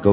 各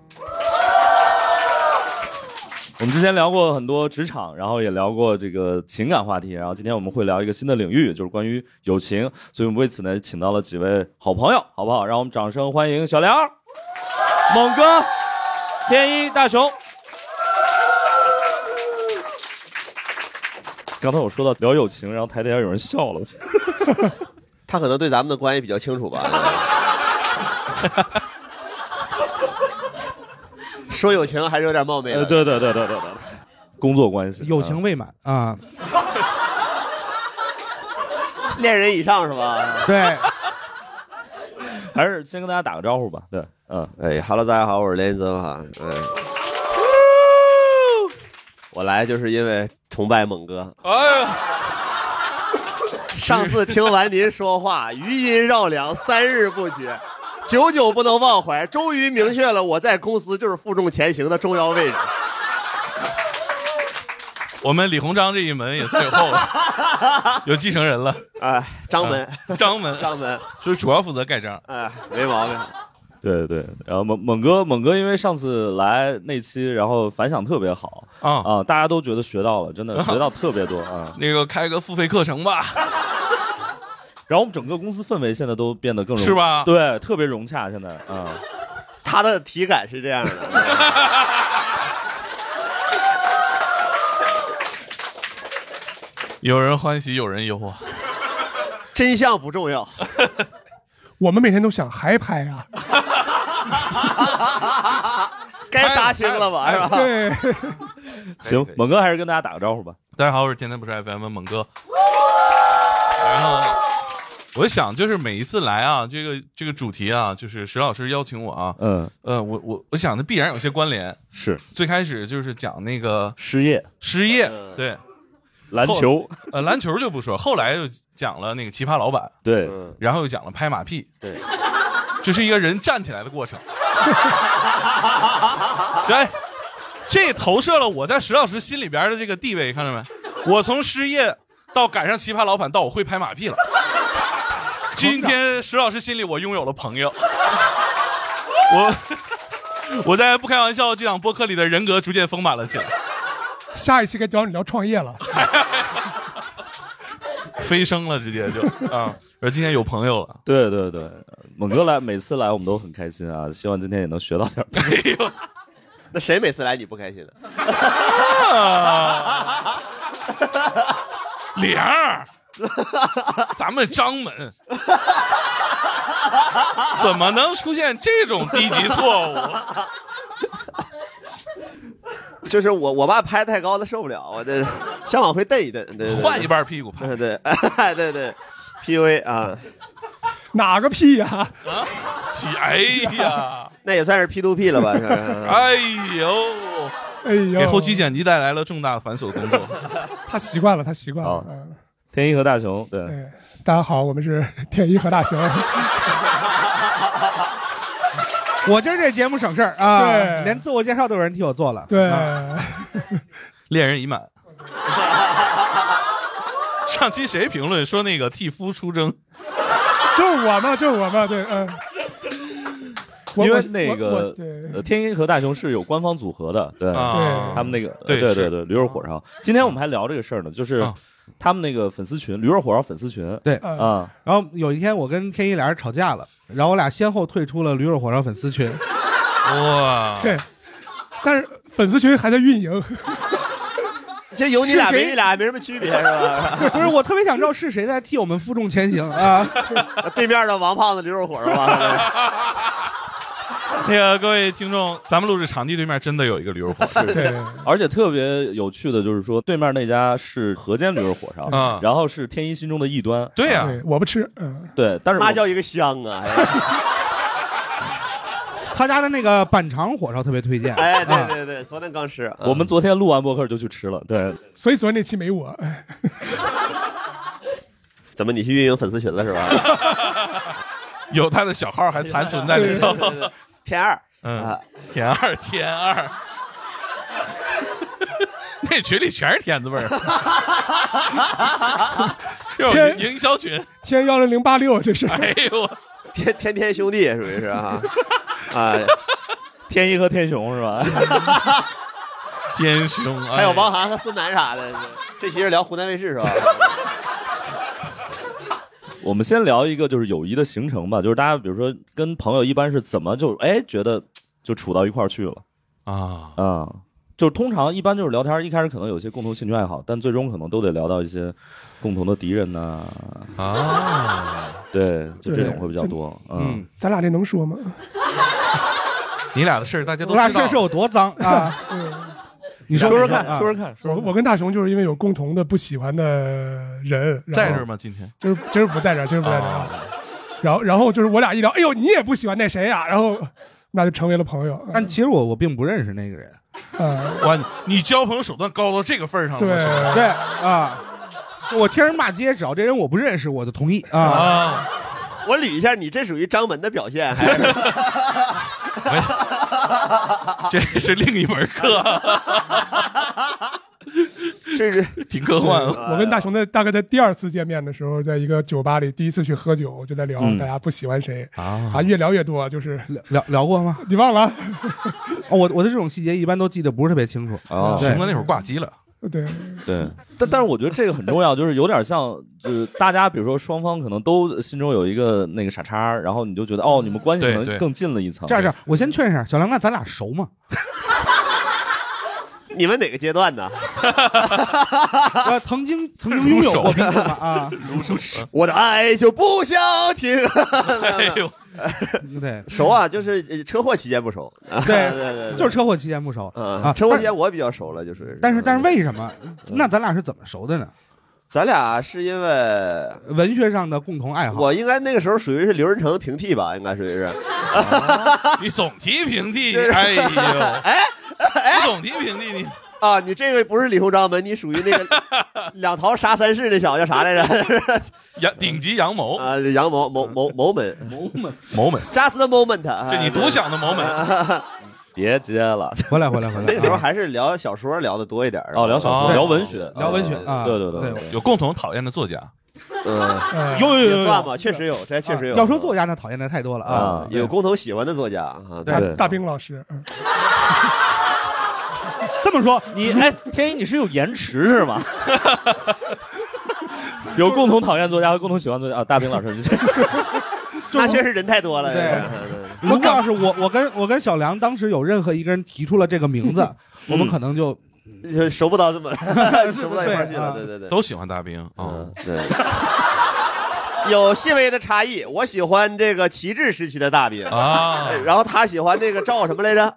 我们之前聊过很多职场，然后也聊过这个情感话题，然后今天我们会聊一个新的领域，就是关于友情。所以我们为此呢，请到了几位好朋友，好不好？让我们掌声欢迎小梁、猛哥、天一、大熊。刚才我说到聊友情，然后台底下有人笑了， 他可能对咱们的关系比较清楚吧。 说友情还是有点冒昧的。呃对对对对对对，工作关系，友情未满啊，恋人以上 是吧？对， 还是先跟大家打个招呼吧。对，嗯，哎哈喽，大家好，我是连增哈。哎，我来就是因为崇拜猛哥。哎呀，上次听完您说话，余音绕梁，三日不绝，久久不能忘怀，终于明确了我在公司就是负重前行的重要位置。我们李鸿章这一门也算有 后了，有继承人了。哎，张门，啊张门，张门，就是主要负责盖章。哎，没毛病。对对对，然后猛猛哥，猛哥因为上次来那期，然后反响特别好啊大家都觉得学到了，真的学到特别多 啊。那个开个付费课程吧，然后我们整个公司氛围现在都变得更融是吧对，特别融洽，现在啊，他的体感是这样的，有人欢喜有人忧啊。真相不重要。 我们每天都想还拍啊，该杀青了吧，是吧？哎对，行，猛哥还是跟大家打个招呼吧。大家好，我是天天不是 FM 的猛哥。然后我想，就是每一次来啊，这个这个主题啊，就是石老师邀请我啊，嗯，呃，我我我想的必然有些关联。是最开始就是讲那个失业失业，嗯对，篮球，呃，篮球就不说，后来又讲了那个奇葩老板，对，嗯，然后又讲了拍马屁，对，这是一个人站起来的过程。 对，这投射了我在石老师心里边的这个地位，看到没？我从失业到赶上奇葩老板，到我会拍马屁 了。今天石老师心里我拥有了朋 友，我 我在不开玩笑这档播客里的人格逐渐丰满了起来，下一期该找你聊创业了，飞升了直接就啊！而今天有朋友了，对对对，猛哥来每次来我们都很开心 啊，希望今天也能学到点儿。哎呦。 那谁每次来你不开心呢？啊玲儿，咱们张门怎么能出现这种低级错误？就是我，我爸拍太高，他受不了，我这先往回蹬一蹬，对，对换一，半屁股拍对，对对对对，PUA 啊，哪个屁呀、屁！哎呀，那也算是 P to P 了吧？是吧 哎呦，哎呦，给后期剪辑带来了重大繁琐工作。他习惯了，他习惯好了。嗯，天一和大熊，对，对，大家好，我们是天一和大熊， 我今儿这节目省事儿啊，对连自我介绍都有人替我做了。对，啊恋人已满。 上期谁评论说那个替夫出征？就是我嘛，就是我嘛，对，嗯。我因我为那我个我对呃天一和大熊是有官方组合的，对，啊，他们那个对对对是对，驴肉火烧。今天我们还聊这个事儿呢，就是啊他们那个粉丝群，驴肉火烧粉丝群对呃啊，然后有一天我跟天一俩人吵架了，然后我俩先后退出了驴肉火烧粉丝群。啊哇，对，但是粉丝群还在运营，这有你俩是谁没你俩没什么哎区别，是吧？不 是，我特别想知道是谁在替我们负重前行啊！对面的王胖子驴肉火烧吧？那个各位听众，咱们录制场地对面真的有一个驴肉火烧，对，而且特别有趣的就是说，对面那家是河间驴肉火烧，啊然后是天一心中的异端，对呀、对，我不吃，嗯，对，但是那我叫一个香啊！哎呀他家的那个板肠火烧特别推荐。哎，对啊对对，昨天刚吃。嗯我们昨天录完播客就去吃了，对，所以昨天那期没我，哎怎么你去运营粉丝群了是吧？ 有他的小号还残存在里头。天二，嗯，天 二天二，那群里全是天字辈儿，这种营销群。天幺零零八六这是。哎呦我，天天天兄弟属于是 啊 啊，哎天一和天雄是吧？天 兄，哎还有王涵和孙楠啥的，这期是聊湖南卫视是吧？我们先聊一个就是友谊的形成吧，就是大家比如说跟朋友一般是怎么就哎觉得就处到一块儿去了啊，啊、就是通常一般就是聊天，一开始可能有一些共同兴趣爱好，但最终可能都得聊到一些共同的敌人呐、啊！对， 就这种会比较对多。嗯嗯，咱俩这能说吗？你俩的事儿大家都我俩知这道嗯是有多脏 啊！你说说说看，啊说说看，我我跟大雄就是因为有共同的不喜欢的人，然后在这儿吗？今天今儿今儿不在这儿，今儿不在这儿啊。然后然后就是我俩一聊，哎呦，你也不喜欢那谁啊呀、然后我们俩就成为了朋友。但其实我我并不认识那个人。嗯，哇，你你交朋友手段高到这个份儿上了对吗是吧 对啊，就我天人骂街，只要这人我不认识，我就同意啊。啊，我捋一下，你这属于张门的表现，还是这是另一门课，这是 挺科幻啊。我跟大雄在大概在第二次见面的时候，在一个酒吧里，第一次去喝酒就在聊嗯大家不喜欢谁啊啊，越聊越多，就是聊聊聊过吗？你忘了？ 哦，我我的这种细节一般都记得不是特别清楚。哦对熊哥那会儿挂机了，对，对，但但是我觉得这个很重要，就是有点像，就是大家比如说双方可能都心中有一个那个傻叉，然后你就觉得哦，你们关系对可能对更近了一层。这样这样，我先劝一下小梁，那咱俩熟吗？你们哪个阶段呢？ 我曾经曾经拥有过熟彼此嘛啊，如如是。我的爱就不想停。哎呦，对熟啊，就是呃车祸期间不熟。对对对，就是车祸期间不熟嗯，啊。车祸期但间我比较熟了，就是。但是但是为什么？那咱俩是怎么熟的呢？咱俩是因为文学上的共同爱好。我应该那个时候属于是刘仁成的平替吧，应该属于是。 你总提平地，对哎呦，哎，你总提平地，你啊，你这个不是李鸿章门，你属于那个两桃杀三士那小子叫啥来 着？ 杨顶级杨某啊，杨某某某 某门 某们， ，just a moment 啊。这你独享的某们，别接 了，回来回来回来，那时候啊还是 聊小说聊的多一点儿呃哦，聊小说，哦聊文学，嗯聊文学啊。对对对对，有共同讨厌的作家，嗯，嗯有有有也有算吧，确实有，这确实有。啊要说作家，那讨厌的太多了啊啊。有共同喜欢的作家啊，对大大兵老师，嗯这么说， 你哎，天一，你是有延迟是吗？ 有共同讨厌作家和共同喜欢作家啊，大兵老 师，你这那确实人太多了。对嗯嗯如果要是我我跟我跟小梁当时有任何一个人提出了这个名 字，我们可能就嗯就熟不到 这么 熟不到一块儿去了，对对对对。都喜欢大兵啊。嗯，对。有细微的差异，我喜欢这个旗帜时期的大兵，啊，然后他喜欢那个赵什么来着？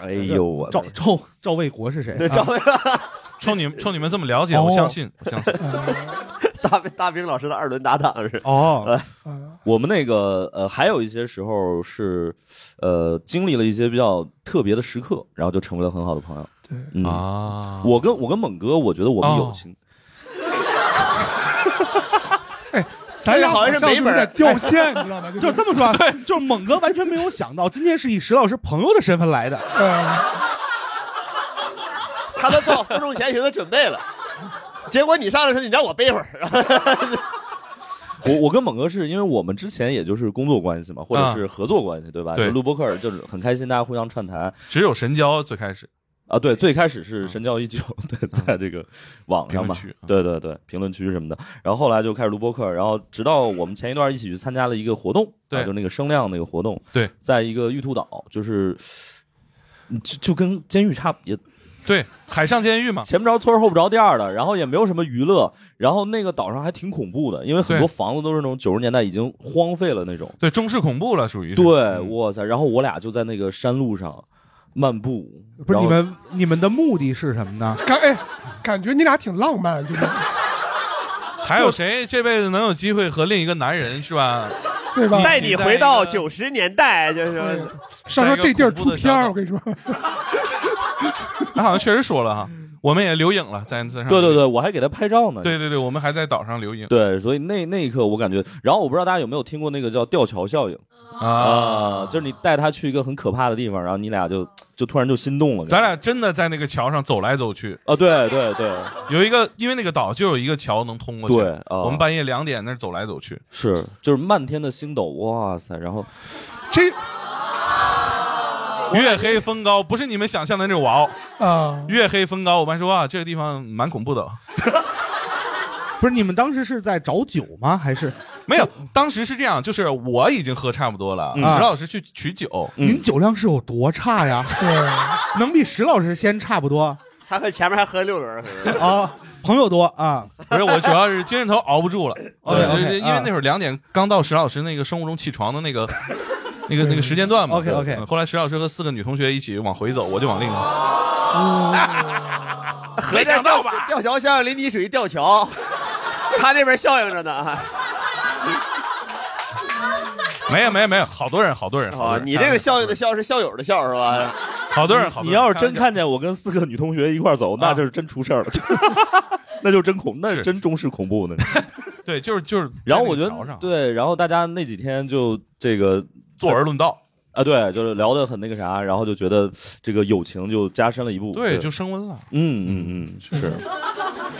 哎呦我赵赵赵卫国是谁？对，啊赵 冲你们冲你们这么了解，哦我相信，我相信。大兵大兵老师的二轮搭档是。哦，啊，我们那个呃，还有一些时候是，呃，经历了一些比较特别的时刻，然后就成为了很好的朋友。对嗯，啊我跟我跟猛哥，我觉得我们哦友情咱俩好像是就没有本儿点掉线，你知 道吗？就这么说，对，就是猛哥完全没有想到，今天是以石老师朋友的身份来的。嗯他都做好负重前行的准备了。结果你上来说，你让我背会儿， 我我跟猛哥是因为我们之前也就是工作关系嘛，或者啊是合作关系，对吧？对就录播客就是很开心，大家互相串台只有神交最开始啊。对，最开始是神 教一九，对，在这个网啊评上论嘛，区，啊对对对，评论区什么的。然后后来就开始录播客，然后直到我们前一段一起去参加了一个活动，对啊就那个声量那个活动，对，在一个玉兔岛，就是嗯就就跟监狱差不也对，海上监狱嘛，前不着村儿后不着店儿的，然后也没有什么娱乐，然后那个岛上还挺恐怖的，因为很多对房子都是那种九十年代已经荒废了那种。对，中式恐怖了，属于是对，嗯哇塞！然后我俩就在那个山路上漫步，不是然后你们 你们的目的是什么呢？感哎，感觉你俩挺浪 漫，就是还有谁这辈子能有机会和另一个男人是吧？对吧？带你回到九十年代，就是上说这地儿出片儿，我跟你说，他好像确实说了哈，我们也留影了，在在上。对对对，我还给他拍照呢。对对对，我们还在岛上留影。对，所以那那一刻我感觉，然后我不知道大家有没有听过那个叫吊桥效应啊、就是你带他去一个很可怕的地方，然后你俩就就突然就心动了。咱俩真的在那个桥上走来走去啊，对对对，有一个，因为那个岛就有一个桥能通过去。对啊哦我们半夜两点那儿走来走去，是就是漫天的星斗，哇塞！然后这月黑风高，不是你们想象的那种哇哦。啊，月黑风高，我们还说啊，这个地方蛮恐怖的。不是你们当时是在找酒吗？还是没有，当时是这样，就是我已经喝差不多了，嗯石老师去取酒，您酒量是有多差呀？对， 能比石老师先差不多他和前面还喝六轮，可能啊？朋友多啊？ 不是我主要是精神头熬不住了，哦对 OK，对因为啊那会儿两点刚到石老师那个生物钟起床的 那个那个那个时间段嘛。 OK，OK 嗯后来石老师和四个女同学一起往回走，我就往另一个。哦没想到吧？吊桥效应里你属于吊桥，他那边效应着呢。啊没有没有没有，好多人好多人，好多哦，人你这个效应的效是校友的校是吧？好多人好多人。你要是真开玩笑，啊看见我跟四个女同学一块儿走，那就是真出事 儿了， 那就真恐，那是真中式恐怖呢。对，就是就是。然后我觉桥上啊得对，然后大家那几天就这个坐而论道，啊，对，就是聊得很那个啥，然后就觉得这个友情就加深了一步。对，就升温了，嗯嗯嗯，是，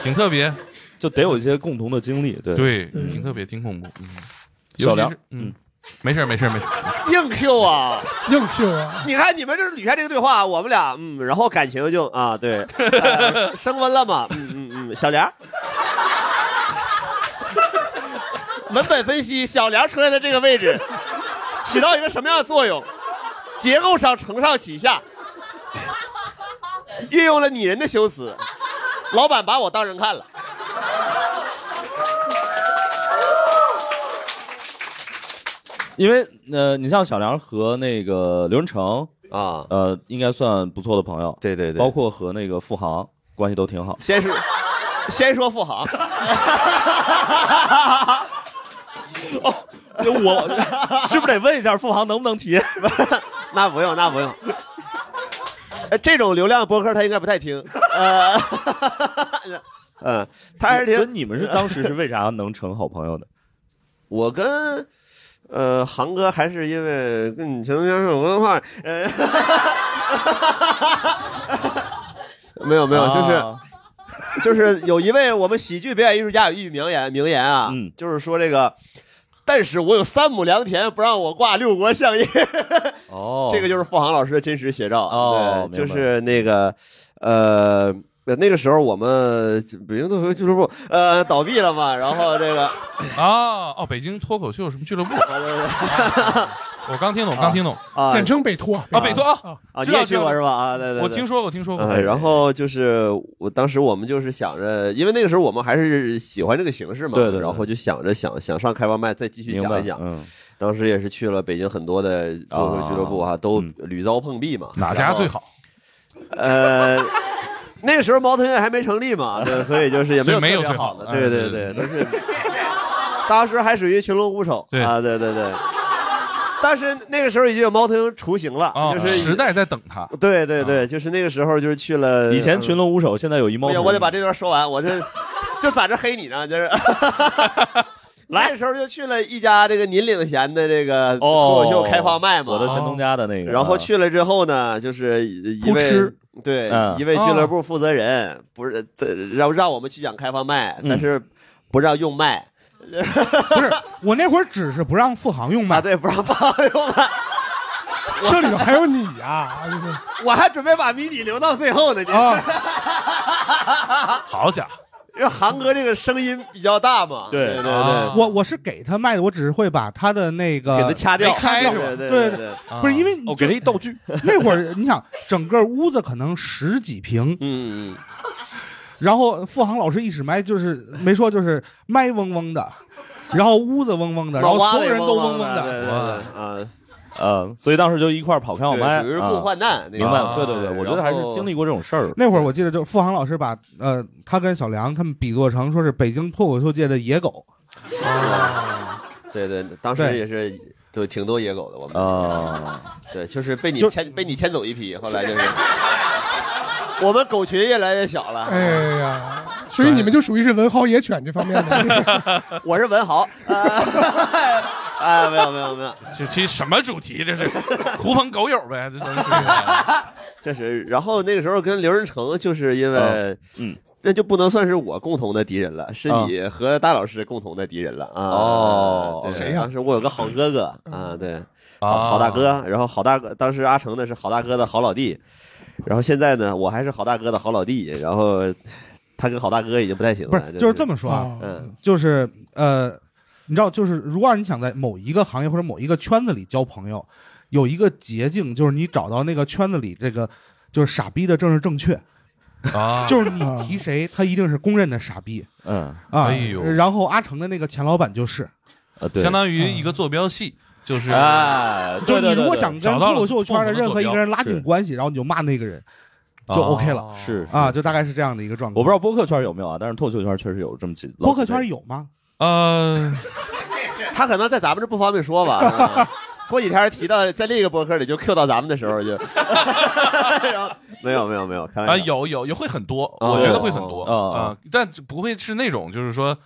挺特别，就得有一些共同的经历。对，对，挺特别，挺恐怖。嗯，小尤梁其是，嗯，没事儿没事儿没事儿。硬 Q 啊！硬 Q 啊，你看你们这是捋开这个对话，我们俩嗯，然后感情就啊对、呃升温了 嘛，嗯嗯嗯，小 梁。文本分析，小梁出现的这个位置起到一个什么样的作用？结构上承上启下，运用了拟人的修辞，老板把我当人看了。因为呃，你像小梁和那个刘仁成，啊，呃，应该算不错的朋友，对对包括和那个付航关系都挺好。先是先说付 航， 哦我是不是得问一下付航能不能提？ 那不用，那不用。呃这种流量播客他应该不太听， 呃，嗯，他还是所以听。你们是当时是为啥能成好朋友的？ 我跟呃航哥还是因为跟你前同学是有文化，呃， 没有没有，就是、啊 就是有一位我们喜剧表演艺术家有一句名言，名言啊，嗯就是说这个，但是我有三亩良田，不让我挂六国相印。 哦，这个就是付航老师的真实写照哦对，就明白是那个，呃，那个时候我们北京脱口秀俱乐部呃倒闭了嘛，然后这个，啊哦，北京脱口秀什么俱 乐部？我刚听懂，刚听懂啊简称北托啊，北托啊，啊，你知道也去过知道是吧？啊，对对对，我听说过，听说过啊，。然后就是我当时我们就是想着，因为那个时候我们还是喜欢这个形式嘛，对对对然后就想着想想上开放麦再继续明白讲一讲。嗯，啊当时也是去了北京很多的脱口秀俱乐部哈、都嗯屡遭碰壁嘛。哪家最好？呃，那个时候猫头鹰还没成立嘛，对，所以就是也没所以有没有特别好最的，好的对哎对对对，都是当时还属于群龙无首对啊，对对对。但是那个时候已经有猫头鹰雏形了，啊哦就，是时代在等他。对对啊对，就是那个时候就是去了呃以前群。龙无首，现在有一不猫头行，鹰。我得把这段说完，我这就攒着黑你 呢，就是。来的时候就去了一家这个您领衔的这个脱哦口秀开放麦嘛，我的前东家的那个，然后啊去了之后呢，就是一一扑位哧对嗯一位俱乐哦部负责人，不是这让让我们去讲开放麦，但嗯是不让用麦不是，我那会儿只是不让付航用啊，麦，对，不让放用麦。这里头还有你呀，就是 我还准备把谜底留到最后呢，你啊，好家伙， 因为韩哥这个声音比较大嘛，对对对啊对，我我是给他麦的，我只是会把他的那个给他掐掉，没开是吧对对对对对，不是因为哦，给了一道具， 那会儿你想整个屋子可能十几平，嗯嗯， 然后付航老师一使麦就是没说就是麦嗡嗡的，然后屋子嗡嗡的，嗯然后脑瓜所子有也人都嗡嗡嗡的，对对对啊，呃，所以当时就一块儿跑开放麦，对属于是啊共患难，那个明白啊了，对对对，对我觉得然还是后经历过这种事儿。那会儿我记得就是付航老师把呃他跟小梁他们比作成说是北京脱口秀界的野狗，对对，当时对也是对挺多野狗的，我们啊，对，就是被你就牵被你牵走一批，后来就是。我们狗群越来越小了，哎呀，所以你们就属于是文豪野犬这方面 的。 我是文豪， 啊，啊没有没有没有，这这什么主题？这是狐朋狗友呗？这都是确实。然后那个时候跟刘仁成，就是因为，嗯，那就不能算是我共同的敌人了，是你和大老师共同的敌人了啊。哦对谁呀当时我有个好哥哥嗯啊，对，好好大哥。然后好大哥，当时阿成呢是好大哥的好老弟，然后现在呢，我还是好大哥的好老弟，然后他跟好大哥已经不太行不了，是，就是这么说啊，哦嗯，就是呃，你知道，就是如果你想在某一个行业或者某一个圈子里交朋友，有一个捷径，就是你找到那个圈子里这个就是傻逼的政治正确， 啊， 就是你提谁，他一定是公认的傻逼嗯，啊。哎呦然后阿成的那个前老板就是，啊，对，相当嗯于一个坐标系，就是啊哎，呃就对你如果，想找跟到脱了口秀圈的任何一个人拉是近关系，然后你就骂那个人，就哦 OK 了对对对是，啊，就大概是这样的一个状况。我不知道播客圈有没有啊，但是脱口秀圈确实有这么几，播客圈有，有吗？哦呃，他可能在咱们这不方便说吧。啊过几天提到在另一个博客里就 Q 到咱们的时候就，哎然后没有没有没有，开玩啊，笑。有有有会很多，哎哦我觉得会很多哦哦啊，但不会是那种就是说，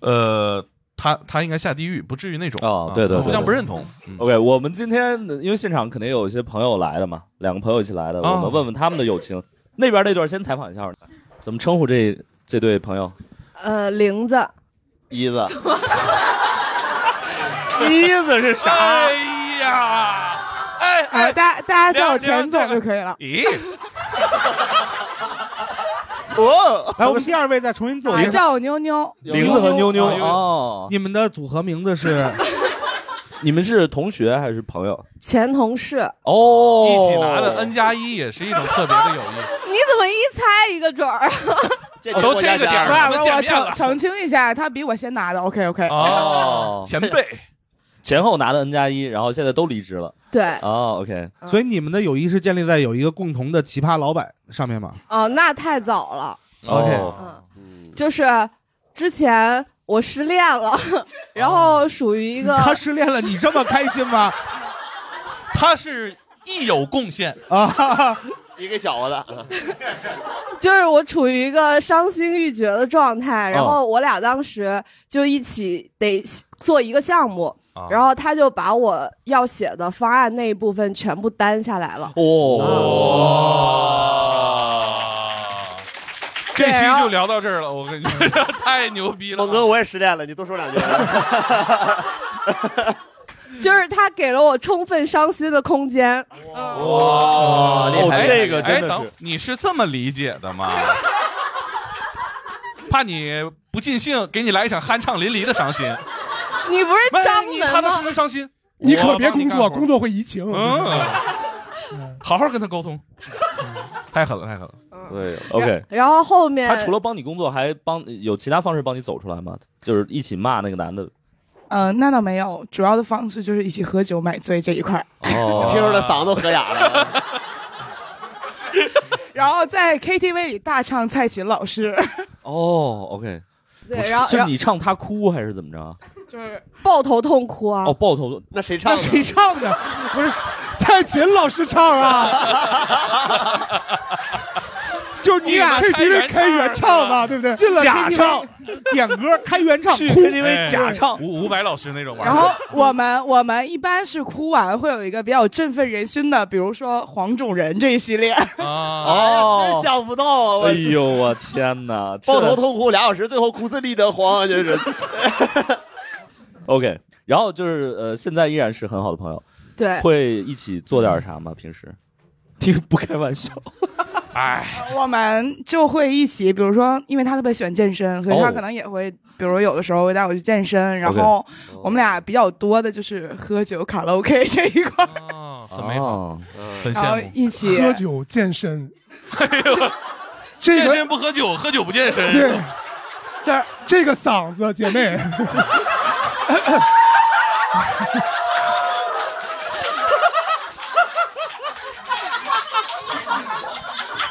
呃，他他应该下地狱，不至于那种哦啊对对对互相对不认同。嗯 OK，我们今天因为现场肯定有一些朋友来的嘛，两个朋友一起来的，啊我们问问他们的友情。那边那段先采访一下，怎么称呼这这对朋友？呃，玲子，一子， 嗯一子是啥？哎呀，哎呃，哎，大家大家叫我亮田亮总就可以了。咦，哦，来，我们第二位再重新做啊一下。叫我妞妞，玲子和妞妞哎呦哦，你们的组合名字是？ 你们是同学还是朋友？前同事。哦，一起拿的 N 加一也是一种特别的友 谊。你怎么一猜一个准儿？都这个点不儿是了不是，见我面澄了澄清一下，他比我先拿的。OK OK，哦，前辈，前后拿的 N 加一，然后现在都离职了。对，哦，OK，嗯所以你们的友谊是建立在有一个共同的奇葩老板上面吗？哦，那太早了， OK 哦嗯就是之前我失恋 了，然后属于一个哦他失恋了，你这么开心吗？他是亦有贡献，啊，哈哈你给搅和 的，就是我处于一个伤心欲绝的状哦态，然后我俩当时就一起得做一个项目，哦啊然后他就把我要写的方案那一部分全部担下来了。哦嗯哦，这对期然后就聊到这儿了，我跟你 说，太牛逼了猛。哥我也失恋了，你多说两句。 就是他给了我充分伤心的空间，哇，厉哦害！这个真哎，的等是，你是这么理解的 吗？怕你不尽兴，给你来一场酣畅淋漓的伤心。你不是喂张你踏门踏吗实？实伤心，你我可别帮你工干作，活工作会移情。嗯，好好跟他沟通。太狠了，太狠了！对， ，OK。嗯然后后面他除了帮你工作，还帮有其他方式帮你走出来吗？就是一起骂那个男的。 呃，那倒没有，主要的方式就是一起喝酒买醉这一块儿，哦听着了嗓子 都喝哑哦了。然后在 KTV 里大唱蔡琴老师，哦，OK，对不，是然后是然后你唱他哭还是怎么着啊？就是抱头痛哭啊！哦，抱头，那谁唱那的？谁唱的？不是蔡琴老师唱啊，就是 你俩这 KTV 开 原哎唱嘛，对不对？进了假 KTV 唱，点歌开原唱，去哭哎 KTV 假唱。伍伍佰老师那种玩意然儿。 后我们我们一般是哭完会有一个比较振奋人心的，比如说黄种人这一系列，啊，真 哦，想不到啊！我哎呦，我天哪！这抱头痛哭俩小时，最后哭自立得慌，真是。 OK，然后就是呃，现在依然是很好的朋友，对，会一起做点啥吗？平时？听 不开玩笑，嗯哎，我们就会一起，比如说，因为他特别喜欢健身，所以哦他可能也会，比如有的时候会带我去健身，然后哦我们俩比较多的就是喝酒、卡拉 OK 这一块儿，哦很美好，哦很然后羡慕。一起喝酒健身， 这哎健个身不喝酒，喝酒不健身对。，这这个嗓子，姐妹，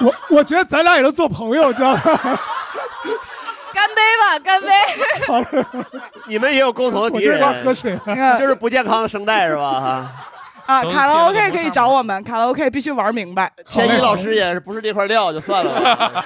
我 我觉得咱俩也能做朋友，知道吗？干杯吧，干杯！ 好了，你们也有共同的敌我这人块儿喝水，就是不健康的声带是吧？啊，都卡拉贴在 OK 膜可以上找我们，卡拉 OK 必须玩明白。天一老师也是不是这块料就算了吧。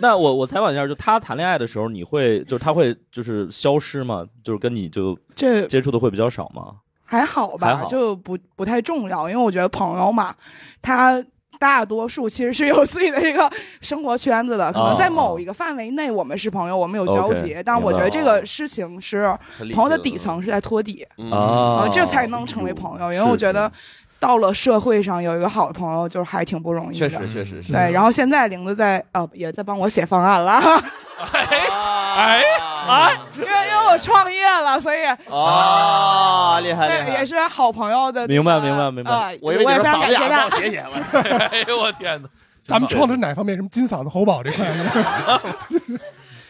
那我我采访一下，就他谈恋爱的时候，你会就是他会就是消失吗？就是跟你就这接触的会比较少吗？还好吧，还好就不不太重要，因为我觉得朋友嘛，他大多数其实是有自己的这个生活 圈子的，可能在某一个范围内我们是朋友，我们有交 OK，集，但我觉得哦明白这个事情是很理性朋友的底层是在托底，嗯啊啊，这才能成为朋友，因是为我觉得到了社会上有一个好的朋友，就是还挺不容易确的。实确实是。对，然后现在玲子在呃也在帮我写方案 了，哎啊因为因为我创业了，所以啊！厉害厉对哎害也！是好朋友的。明白明白明白呃我以为也你说也非常嗓感子谢哑爆。他 斜眼了。哎呦我天哪！咱们创的是哪方面？什么金嗓子、喉宝这块？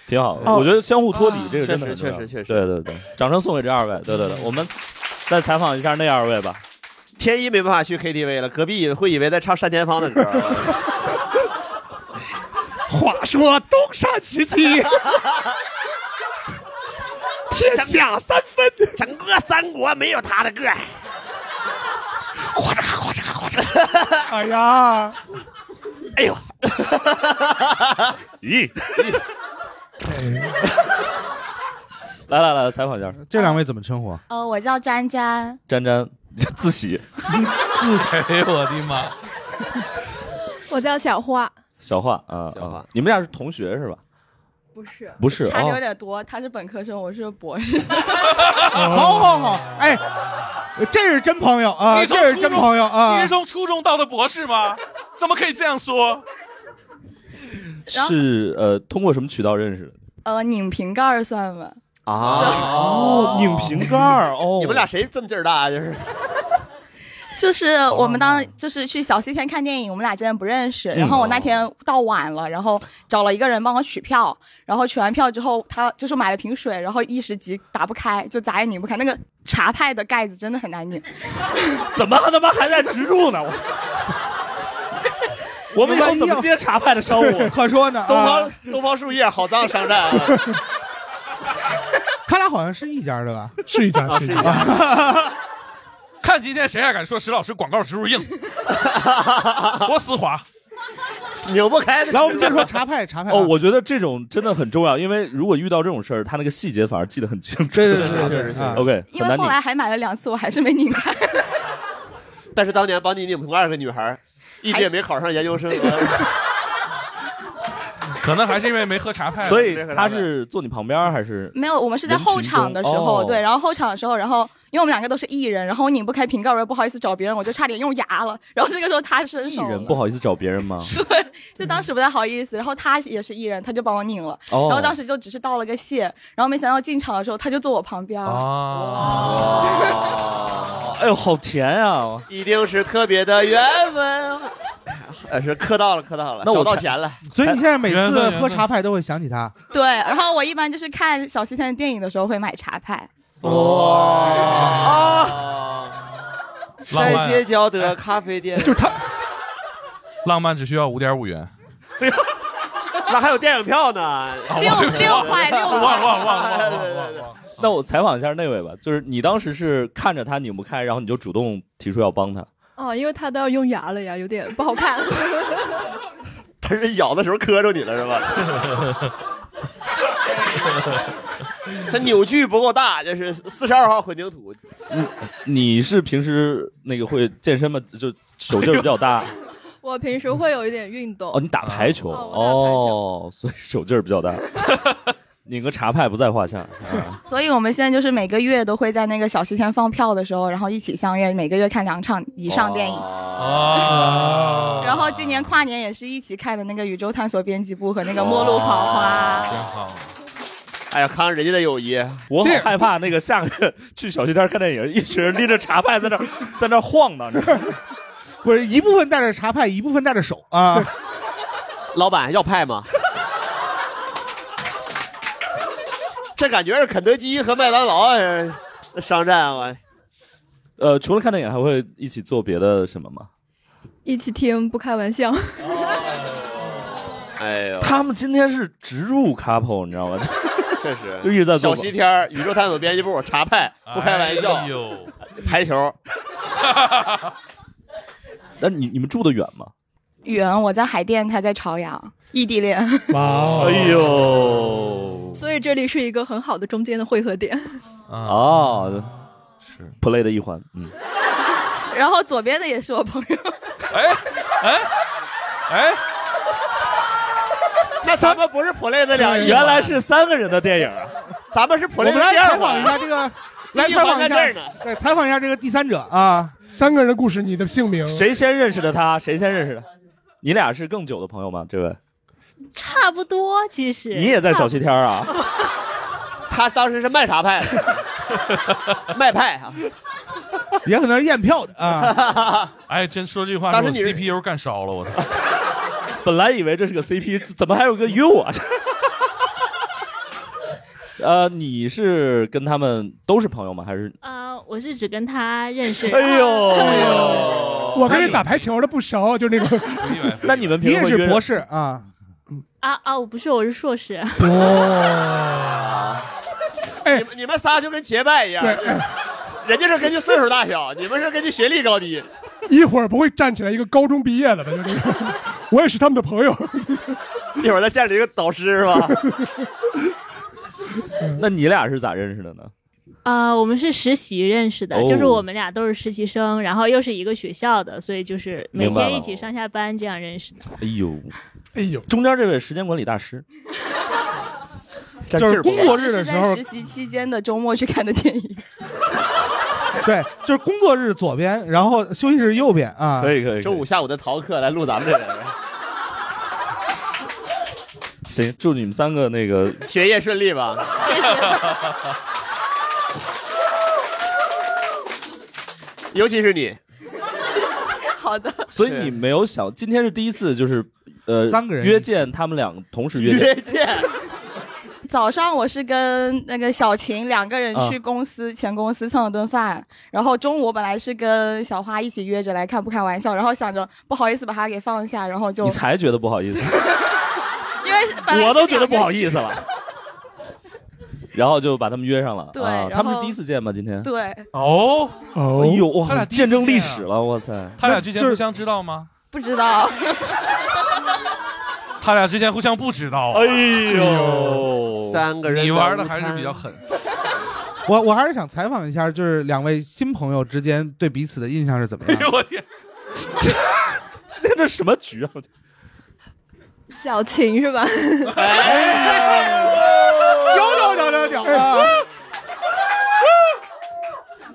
挺好的，哦我觉得相互托底这个啊确真的实很重要确实确实对对对，掌声送给这二位，对对对，我们再采访一下那二位吧。天一没办法去 KTV 了，隔壁会以为在唱单田芳的歌。 话说东山时 期，天下三分，整个三国没有他的 个儿。哎呀，哎呦， 咦，来来来，采访一下这两位怎么称呼啊？ 呃，我叫詹詹，詹詹 自 喜哎呦我的妈！我叫小花，小画啊小画啊，你们俩是同学是吧？不是，不是差的有哦点多，他是本科生，我是博士。好好好，哎，这是真朋友啊，你从这是真朋友你啊是。从初中到的博士吗？怎么可以这样说？ 然后是呃，通过什么渠道认识的？呃，拧瓶盖儿算吗？哦啊！拧瓶盖儿哦， 你们俩谁这么劲儿大？啊就是就是我们当就是去小西天看电影，我们俩真的不认识。然后我那天到晚了，然后找了一个人帮我取票，然后取完票之后，他就是买了瓶水，然后一时急打不开，就咋也拧不开。那个茶派的盖子真的很难拧， 怎么他妈还在植入 呢？我我们以后怎么接茶派的 商务？可说呢，东啊方，东方树叶好脏商战啊！他俩好像是一家的吧？啊试一下，啊试一下，看今天谁还敢说石老师广告植 入硬，多丝滑！拧不开的。来，我们接着说茶派，茶派啊哦，我觉得这种真的很重要，因为如果遇到这种事儿，他那个细节反而记得很清楚。对对对对对啊 OK，因很为难后拧。来还买了两次，我还是没拧开。但是当年帮你拧瓶盖儿的女孩儿，一直也没考上研究生。啊 可能还是因为没喝茶派吧。所以他是坐你旁边儿还是？没有，我们是在后场的时候，人群中哦对，然后后场的时候，然后因为我们两个都是艺人，然后我拧不开瓶盖，我也不好意思找别人，我就差点用牙了。 然后这个时候他伸艺手人了，不好意思找别人吗？就当时不太好意思。然后他也是艺人，他就帮我拧了，哦，然后当时就只是道了个谢，然后没想到进场的时候他就坐我旁边。啊， 哎呦，好甜啊！ 一定是特别的缘分。呃，是磕到了，磕到了， 那我找到才甜了。所以你现在每缘分次缘分喝茶派都会想起他。对，然后我一般就是看小西天的电影的时候会买茶派，啊！浪啊在漫街角的咖啡店，就是他，浪漫只需要五点五元。那还有电影票啊呢。六六块六忘了块，忘了忘了忘了对对忘对了对忘了。 那我采访一下那位吧，就是你当时是看着他拧不开，然后你就主动提出要帮他。哦，因为他都要用牙了呀，有点不好 看。他是咬的时候磕着你了是吧？ 他扭矩不够大，就是四十二号混凝土。 你是平时那个会健身吗？就手劲儿比较 大我平时会有一点运动哦，，你打排球哦我哦，所以手劲儿比 较大，拧个茶派不在话下。 啊所以我们现在就是每个月都会在那个小西天放票的时候，然后一起相约，每个月看两场以上电影。啊，然后今年跨年也是一起看的那个《宇宙探索编辑部》和那个《末路狂花真好。哎呀，看看人家的友谊，我好害怕那个下个月去小西天看电影，一群人拎着茶派在那儿在那儿晃荡着。不是一部分带着茶派，一部分带着手啊。 老板要派吗？这感觉是肯德基和麦当劳哎商战啊！我呃，除了看电影，还会一起做别的什么吗？一起听不开玩 笑。哎呦，哎他们今天是植入 couple，你知道吗？ 确实就一直在做小西天儿宇宙探索编辑部查派，不开玩笑，哎呦排球，但你你们住的远吗？远，我在海淀，他在朝阳，异地恋，哦 哇，哎呦，所以这里是一个很好的中间的汇合 点。啊哦，是 play 的一环，嗯，然后左边的也是我朋友，哎 哎，那咱们不是 play 的两，原来是三个人的电影啊，咱们是 play 我们来第二采访一下这个，来采访一下，对，采访一下这个第三者啊。三个人的故事，你的姓名谁先认识的他，谁先认识的？你俩是更久的朋友吗？这位，差不多，其实你也在小西天儿啊？ 他当时是卖啥派的？ 卖派啊！也可能是验票的啊。 哎，真说这句话，当我时你是 CPU 干烧了，我操！本来以为这是个 CP，怎么还有个 U 啊？ 呃，你是跟他们都是朋友吗？还是？呃，我是只跟他认识。啊哎呦，我跟人打排球的不熟，就那 种。那你们你平时也会是约博士啊？啊啊，我不是，我是硕士。 哇！你们你们仨就跟结拜一样，就是人家是根据岁数大小，你们是根据学历高低。 一会儿不会站起来一个高中毕业的吧？就这种。 我也是他们的朋友。一会儿再见了一个导师是吧？那你俩是咋认识的呢？呃，我们是实习认识的，哦就是我们俩都是实习生，然后又是一个学校的，所以就是每明白了天一起上下班这样认识的。哎呦，哎呦，中间这位时间管理大师，就是工作日是的时在候实，习期间的周末去看的 电影。对，就是工作日左边，然后休息日右边啊。可以可以，周五下午的逃课来录咱们这个，行，祝你们三个那个学业顺利吧？ 谢谢。尤其是你，好的，所以你没有想，今天是第一次，就是呃，三个人约见他们俩同时约约见，见早上我是跟那个小琴两个人啊去公司、前公司蹭了顿饭，然后中午我本来是跟小花一起约着来看《不开玩笑》，然后想着不好意思把她给放下，然后就你才觉得不好意思，因为本来是我都觉得不好两个人意思了。 然后就把他们约上了，对啊然后他们是第一次见吗？今天，对，哦，哦哎，呦哇，他俩第一次见证历见啊史了，哇塞！他俩之间互相知道吗？不知道，他俩之间互相不知道啊。哎呦，三个人，你玩的还是比较。狠，我我还是想采访一下，就是两位新朋友之间对彼此的印象是怎么哎呦样？我天！今天这什么局啊？ 小晴是吧？哎有有有有有啊！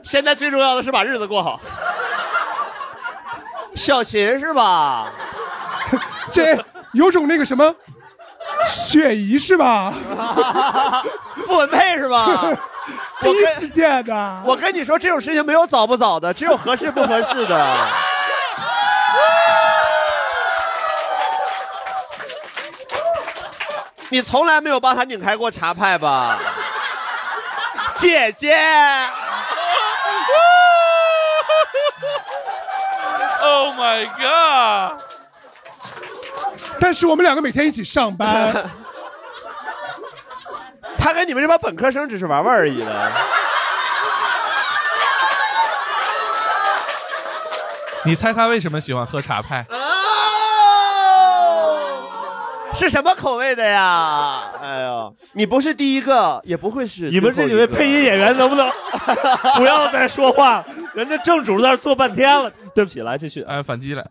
现在最重要的是把日子过好。小秦是吧？ 这有种那个什么雪姨是吧？傅文佩 是吧？第我一次跟见的，我跟你说，这种事情没有早不早的，只有合适不合适的。 你从来没有帮他拧开过茶派吧，姐姐？ Oh my god！但是我们两个每天一起上班， 他跟你们这帮本科生只是玩玩而已的。你猜他为什么喜欢喝茶派？哦，是什么口味的呀？哎呦，你不是第一个，也不会是你们这几位最后一个配音演员能不 能不要再说话？人家正主在那儿坐半天了。对不起，来继续。哎，反击了！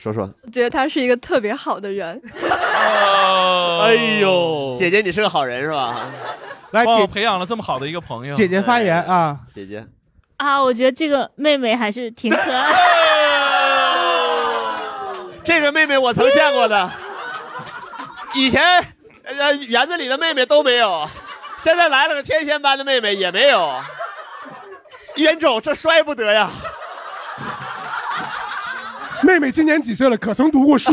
说说，我觉得他是一个特别好的人，哦哎呦，姐姐你是个好人是吧？来帮我姐培养了这么好的一个朋哎友，姐姐发言啊！姐姐，啊，我觉得这个妹妹还是挺可爱。 这个妹妹我曾见过的，以前呃园子里的妹妹都没有，现在来了个天仙般的妹妹也没有。冤种，这摔不得呀！妹妹今年几岁了？可曾读过 书？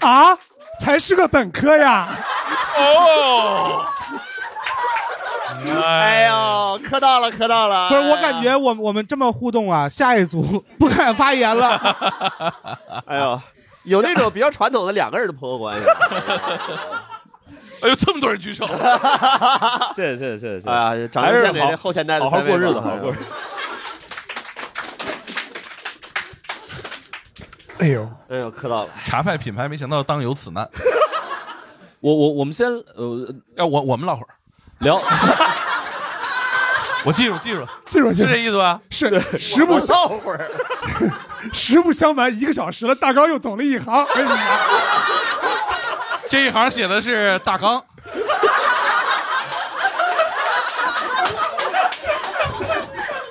啊，才是个本科呀！哦，哎呦，磕到了，磕到了！不是，我感觉我我们这么互动啊，下一组 不敢发言了。 哎呦，有那种比较传统的两个人的朋友关系。 啊哎呦，这么多人举手， 谢谢谢谢谢谢！哎呀掌声还是献给好这后现代的好好三位过日子，吧好好过日子。哎呦，哎呦，磕到了！茶派品牌没想到当有此难。 我我我们先呃，要我我们唠会儿聊。 我记住记住记住记是住这意思吧？是实不相 会儿，实不相瞒，一个小时了，大纲又走了一行。哎呀，这一行写的是大纲，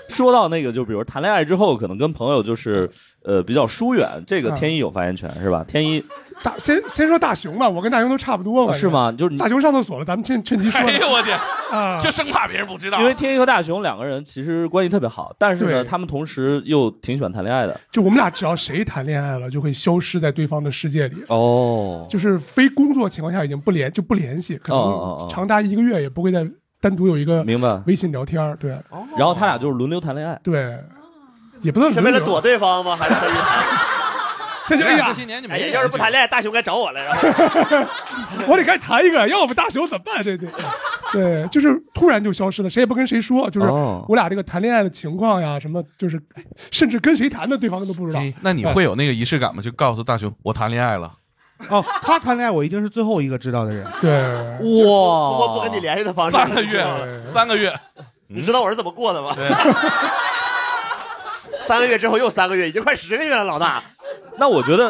说到那个，就比如谈恋爱之后，可能跟朋友就是呃比较疏远，这个天一有发言权是吧？天一嗯哦大先先说大熊吧，我跟大熊都差不多了，是吗？就是你大熊上厕所了，咱们趁趁机说。哎呦我天，啊就生怕别人不知道因。为天一和大熊两个人其实关系特别好，但是呢，对他们同时又挺喜欢谈恋爱的。就我们俩只要谁谈恋爱了，就会消失在对方的世界里，哦，就是非工作情况下已经不联就不联系，可哦哦哦能长达一个月也不会再单独有一个明白微信聊天儿。对然后他俩就是轮流谈恋爱。对，也不能哦 是为了躲对方吗？还是可以谈？ 这就哎呀这，些年你哎没呀，联系要是不谈恋爱，大熊该找我来。然后 我得该谈一个，要不大熊怎么办？对对对，就是突然就消失了，谁也不跟谁说，就是哦我俩这个谈恋爱的情况呀，什么就是，哎甚至跟谁谈的，对方都不知道。哎那你会有那个仪式感吗？就告诉大熊我谈恋爱了。哦，他谈恋爱，我一定是最后一个知道的人。对，哇， 通过不跟你联系的方式，三个月，三个月， 你知道我是怎么过的吗？ 三个月之后又三个月，已经快十个月了，老大。那我觉得，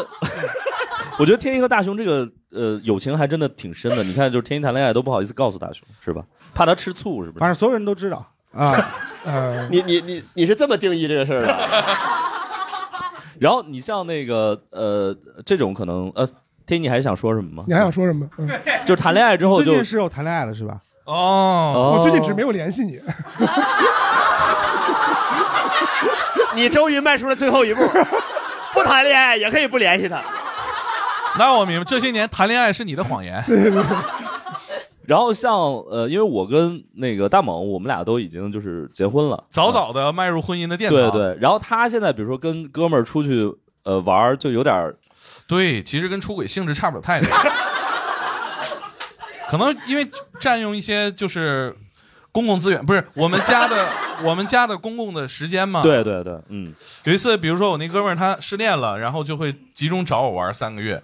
我觉得天一和大熊这个呃友情还真的挺深的。你看，就是天一谈恋爱都不好意思告诉大熊，是吧？怕他吃醋，是不反是？正所有人都知道啊。 呃，你你你你是这么定义这个事儿的？ 然后你像那个呃这种可能呃，天一你还想说什么吗？你还想说什么？嗯， 就是谈恋爱之后最就近是有谈恋爱了是吧？哦，哦我最近只没有联系你。你终于迈出了最 后一步，不谈恋爱也可以不联系他。 那我明白，这些年谈恋爱是你的谎 言。然后像呃，因为我跟那个大猛，我们俩都已经就是结婚了，早早的迈入婚姻的殿堂。对对。然后他现在比如说跟哥们儿出去呃玩儿，就有点儿对，其实跟出轨性质差不了太多， 可能因为占用一些就是公共资源，不是我们家 的我们家的公共的时间嘛。，对对对，嗯，有一次，比如说我那哥们儿他失恋了，然后就会集中找我玩三个月。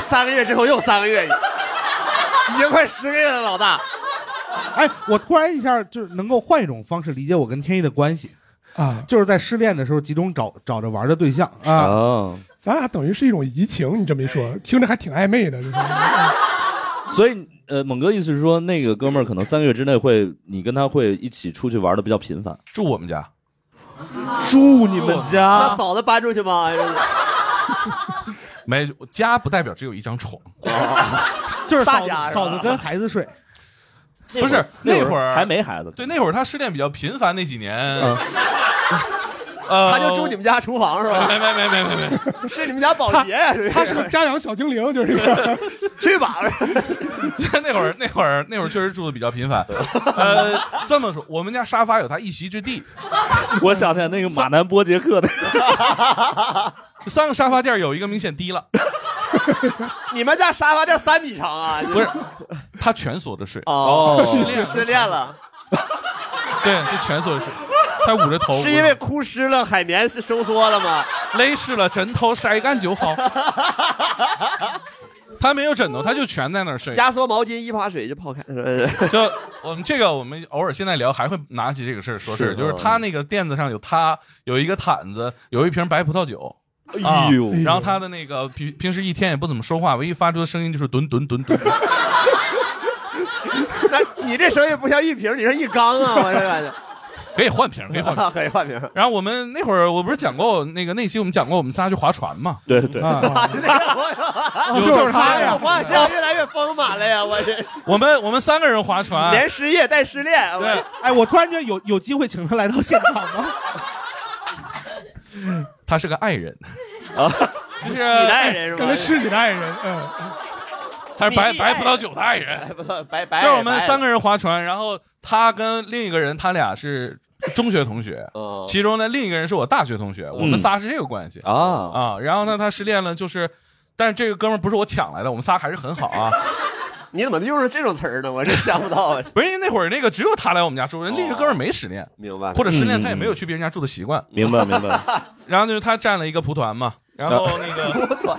三个月之后又三个月，已经快十个月了，老大。哎，我突然一下就是能够换一种方式理解我跟天意的关系，啊，就是在失恋的时候集中找找着玩的对象啊。哦，咱俩等于是一种移情，你这么一说，听着还挺暧昧的，就是所以呃，猛哥意思是说，那个哥们儿可能三个月之内会，你跟他会一起出去玩的比较频繁。住我们家，啊住你们那家？嫂子搬出去吗？没家不代表只有一张 床，就是嫂大子家是吧嫂子跟孩子睡，不是那会儿还没孩子，对那会儿他失恋比较频繁那几年，嗯呃，他就住你们家厨房是吧？没没没没没没， 是你们家保洁呀？他是个家养小精灵，就是这个去吧。 那会儿，那会儿，那会儿确实住的比较频 繁。呃，这么说，我们家沙发有他一席之地，我想起来那个马南波杰克的， 三个沙发垫儿有一个明显 低了， 你们家沙发这三米长啊？不是，他全锁着睡，哦，失恋失恋了，对，就全锁着睡，他捂着头，是因为哭湿了，海绵是收缩了 吗？勒湿了枕头，晒干就好。 他没有枕头，他就全在那儿睡。压缩毛巾一把水就泡开。 就我们这个，我们偶尔现在聊还会拿起这个事儿说事是嗯儿，就是他那个垫子上有他有一个毯子，有一瓶白葡萄酒，啊哎呦，然后他的那个平平时一天也不怎么说话，唯一发出的声音就是吨吨吨 吨。那你这声音不像一瓶，你是一缸啊！我这感 觉。可以换瓶，可以换瓶。 可以换瓶。然后我们那会儿，我不是讲过那个那期我们讲过我们仨去划船嘛？啊对对，就是他呀， 画像越来越丰满了呀！我这我们我们三个人划船，连失业带失恋，啊我啊对，哎，我突然觉得有有机会请他来到现场吗？他是个爱人， 啊，就是 你的爱人是感觉吧？是你的爱人。嗯，他是白你白葡萄酒的爱人，白葡萄白白就是我们三个个人划船，然后他跟另一个人，他俩是中学同学，其中呢另一个人是我大学同学，我们仨是这个关系啊啊。然后呢，他失恋了，就是，但是这个哥们儿不是我抢来的，我们仨还是很好啊。你怎么又是这种词儿呢？我真想不到啊。不是因为那会儿那个只有他来我们家住，人另一个哥们儿没失恋，明白 嗯或者失恋他也没嗯有去别人家住的习惯， 明白明白。然后就是他占了一个蒲团嘛，然啊后那个 我操，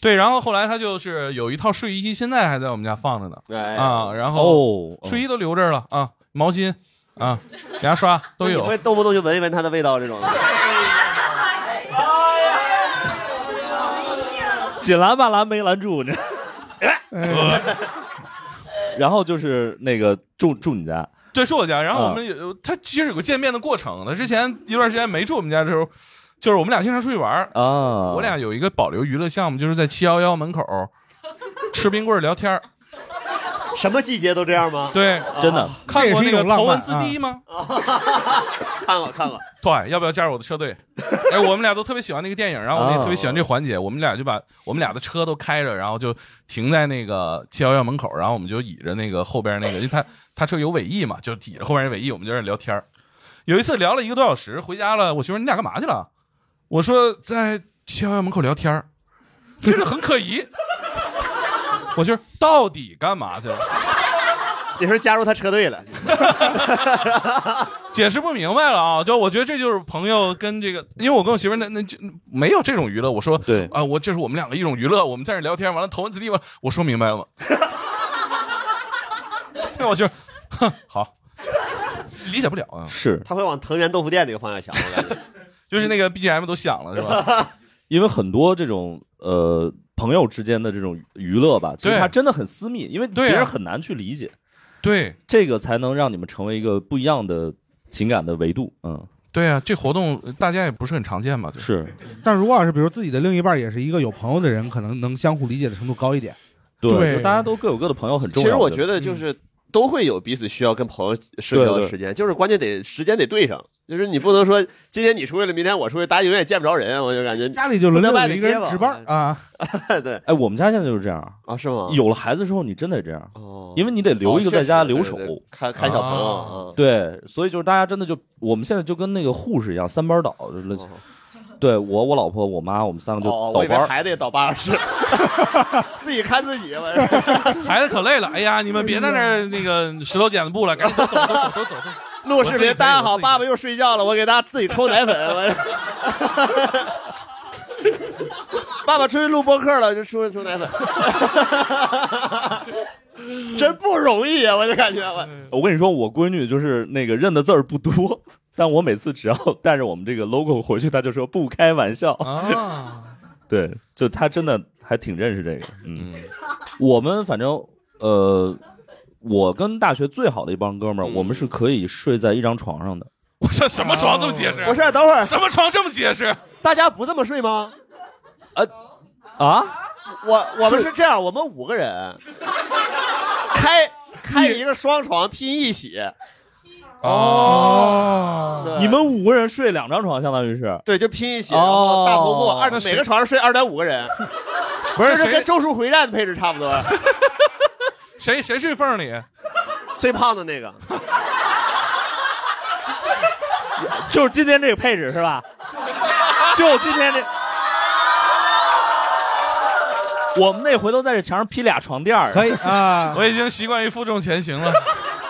对，然后后来他就是有一套睡衣，现在还在我们家放着呢。哎啊，然后哦睡衣都留这儿了啊，毛巾啊，牙刷都那你有。会动不动就闻一闻它的味道这种的？ 紧拦半拦没拦住这。哎 然后就是那个住住你家，对，是我家。然后我啊们有、他其实有个见面的过程的。之前有段时间没住我们家的时候，就是我们俩经常出去玩儿啊我俩有一个保留娱乐项目，就是在七幺幺门口 吃冰棍儿聊天儿什么季节都这样吗？对， 真的啊看过那个头文字 D 啊吗？ 看过 看过，对，要不要加入我的车队？哎，我们俩都特别喜欢那个电影，然后我们也特别喜欢这个环节，我们俩就把我们俩的车都开着，然后就停在那个七幺幺门口，然后我们就倚着那个后边那个，因为他他车有尾翼嘛，就倚着后边那尾翼，我们就在那聊天儿有一次聊了一个多小时，回家了，我媳妇儿你俩干嘛去了？我说在七幺幺门口聊天儿这个很可疑。 我媳妇儿到底干嘛去了？ 你是加入他车队了？解释不明白了啊！就我觉得这就是朋友跟这个，因为我跟我媳妇儿那那就没有这种娱乐。我说对啊、我这是我们两个一种娱乐，我们在这聊天，完了头文字 D 完了，我说明白了 吗？那我媳妇儿，哼，好，理解不了啊，是他会往藤原豆腐店那个方向想，我感觉。 就是那个 BGM 都响了是吧？ 因为很多这种呃朋友之间的这种娱乐吧，其实对它真的很私密，因为别啊人很难去理解。对，这个才能让你们成为一个不一样的情感的维度。嗯，对啊，这活动呃大家也不是很常见吧？对是，但如果要是比如自己的另一半也是一个有朋友的人，可能能相互理解的程度高一点。对，对就大家都各有各的朋友很重其要。嗯实我觉得就是都会有彼此需要跟朋友社对交的对时间，就是关键得时间得对上。就是你不能说今天你出去了，明天我出去，大家永远见不着人，啊我就感觉家里就轮不流在外有面一个人接吧值班啊， 对哎，我们家现在就是这样，啊，是吗？有了孩子之后，你真得这样，哦因为你得留一个在家留守。哦确实对对看看小朋友啊，对，所以就是大家真的就，我们现在就跟那个护士一样，三班倒。就是对我、我老婆、我妈，我们三个就哦，倒我以为班儿。孩子也倒八 小时，自己看自己吧。孩子可累了，哎呀，你们别在那儿那个石头剪子布了，赶紧都走都走都走。都走录视 我自己可以频，大家好，我自己可以爸爸又睡觉了，我给大家自己抽奶粉。 我爸爸出去录播客了，就出去抽奶粉， 真不容易啊！我就感觉我我跟你说，我闺女就是那个认的字儿不多， 但我每次只要带着我们这个 logo 回去，她就说不开玩笑。啊，对，就他真的还挺认识这个。嗯，我们反正呃，我跟大学最好的一帮哥们儿，我们是可以睡在一张床上的。 我这什么床这么结实？啊不是，等会儿什么床这么结实？大家不这么睡吗？啊，我我们是这样，我们五个人开开一个双床拼一起，哦，对你们五个人睡两张床，相当于是对就拼一起，哦然后大头部二那谁每个床上睡二点五个人，不是就是跟谁《咒术回战》的配置差不多，啊谁谁睡缝里？最胖的那个。就是今天这个配置是吧？ 就今天这，我们那回头在这墙上披俩床垫儿。 可以啊，我已经习惯于负重前行了。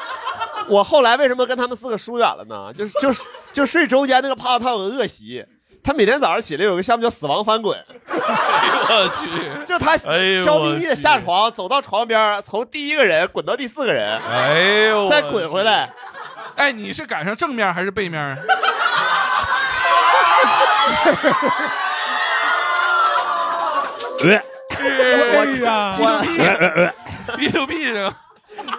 我后来为什么跟他们四个疏远了呢？就是就是就睡中间那个胖子，他有个恶习，他每天早上起来有个项目叫死亡翻滚，我去，就他哎呦悄咪咪我的去下床，走到床边儿，从第一个人滚到第四个人，哎呦，再滚回。来。哎，你是赶上正面还是背面啊？哎 呀，呃 B to B 这个，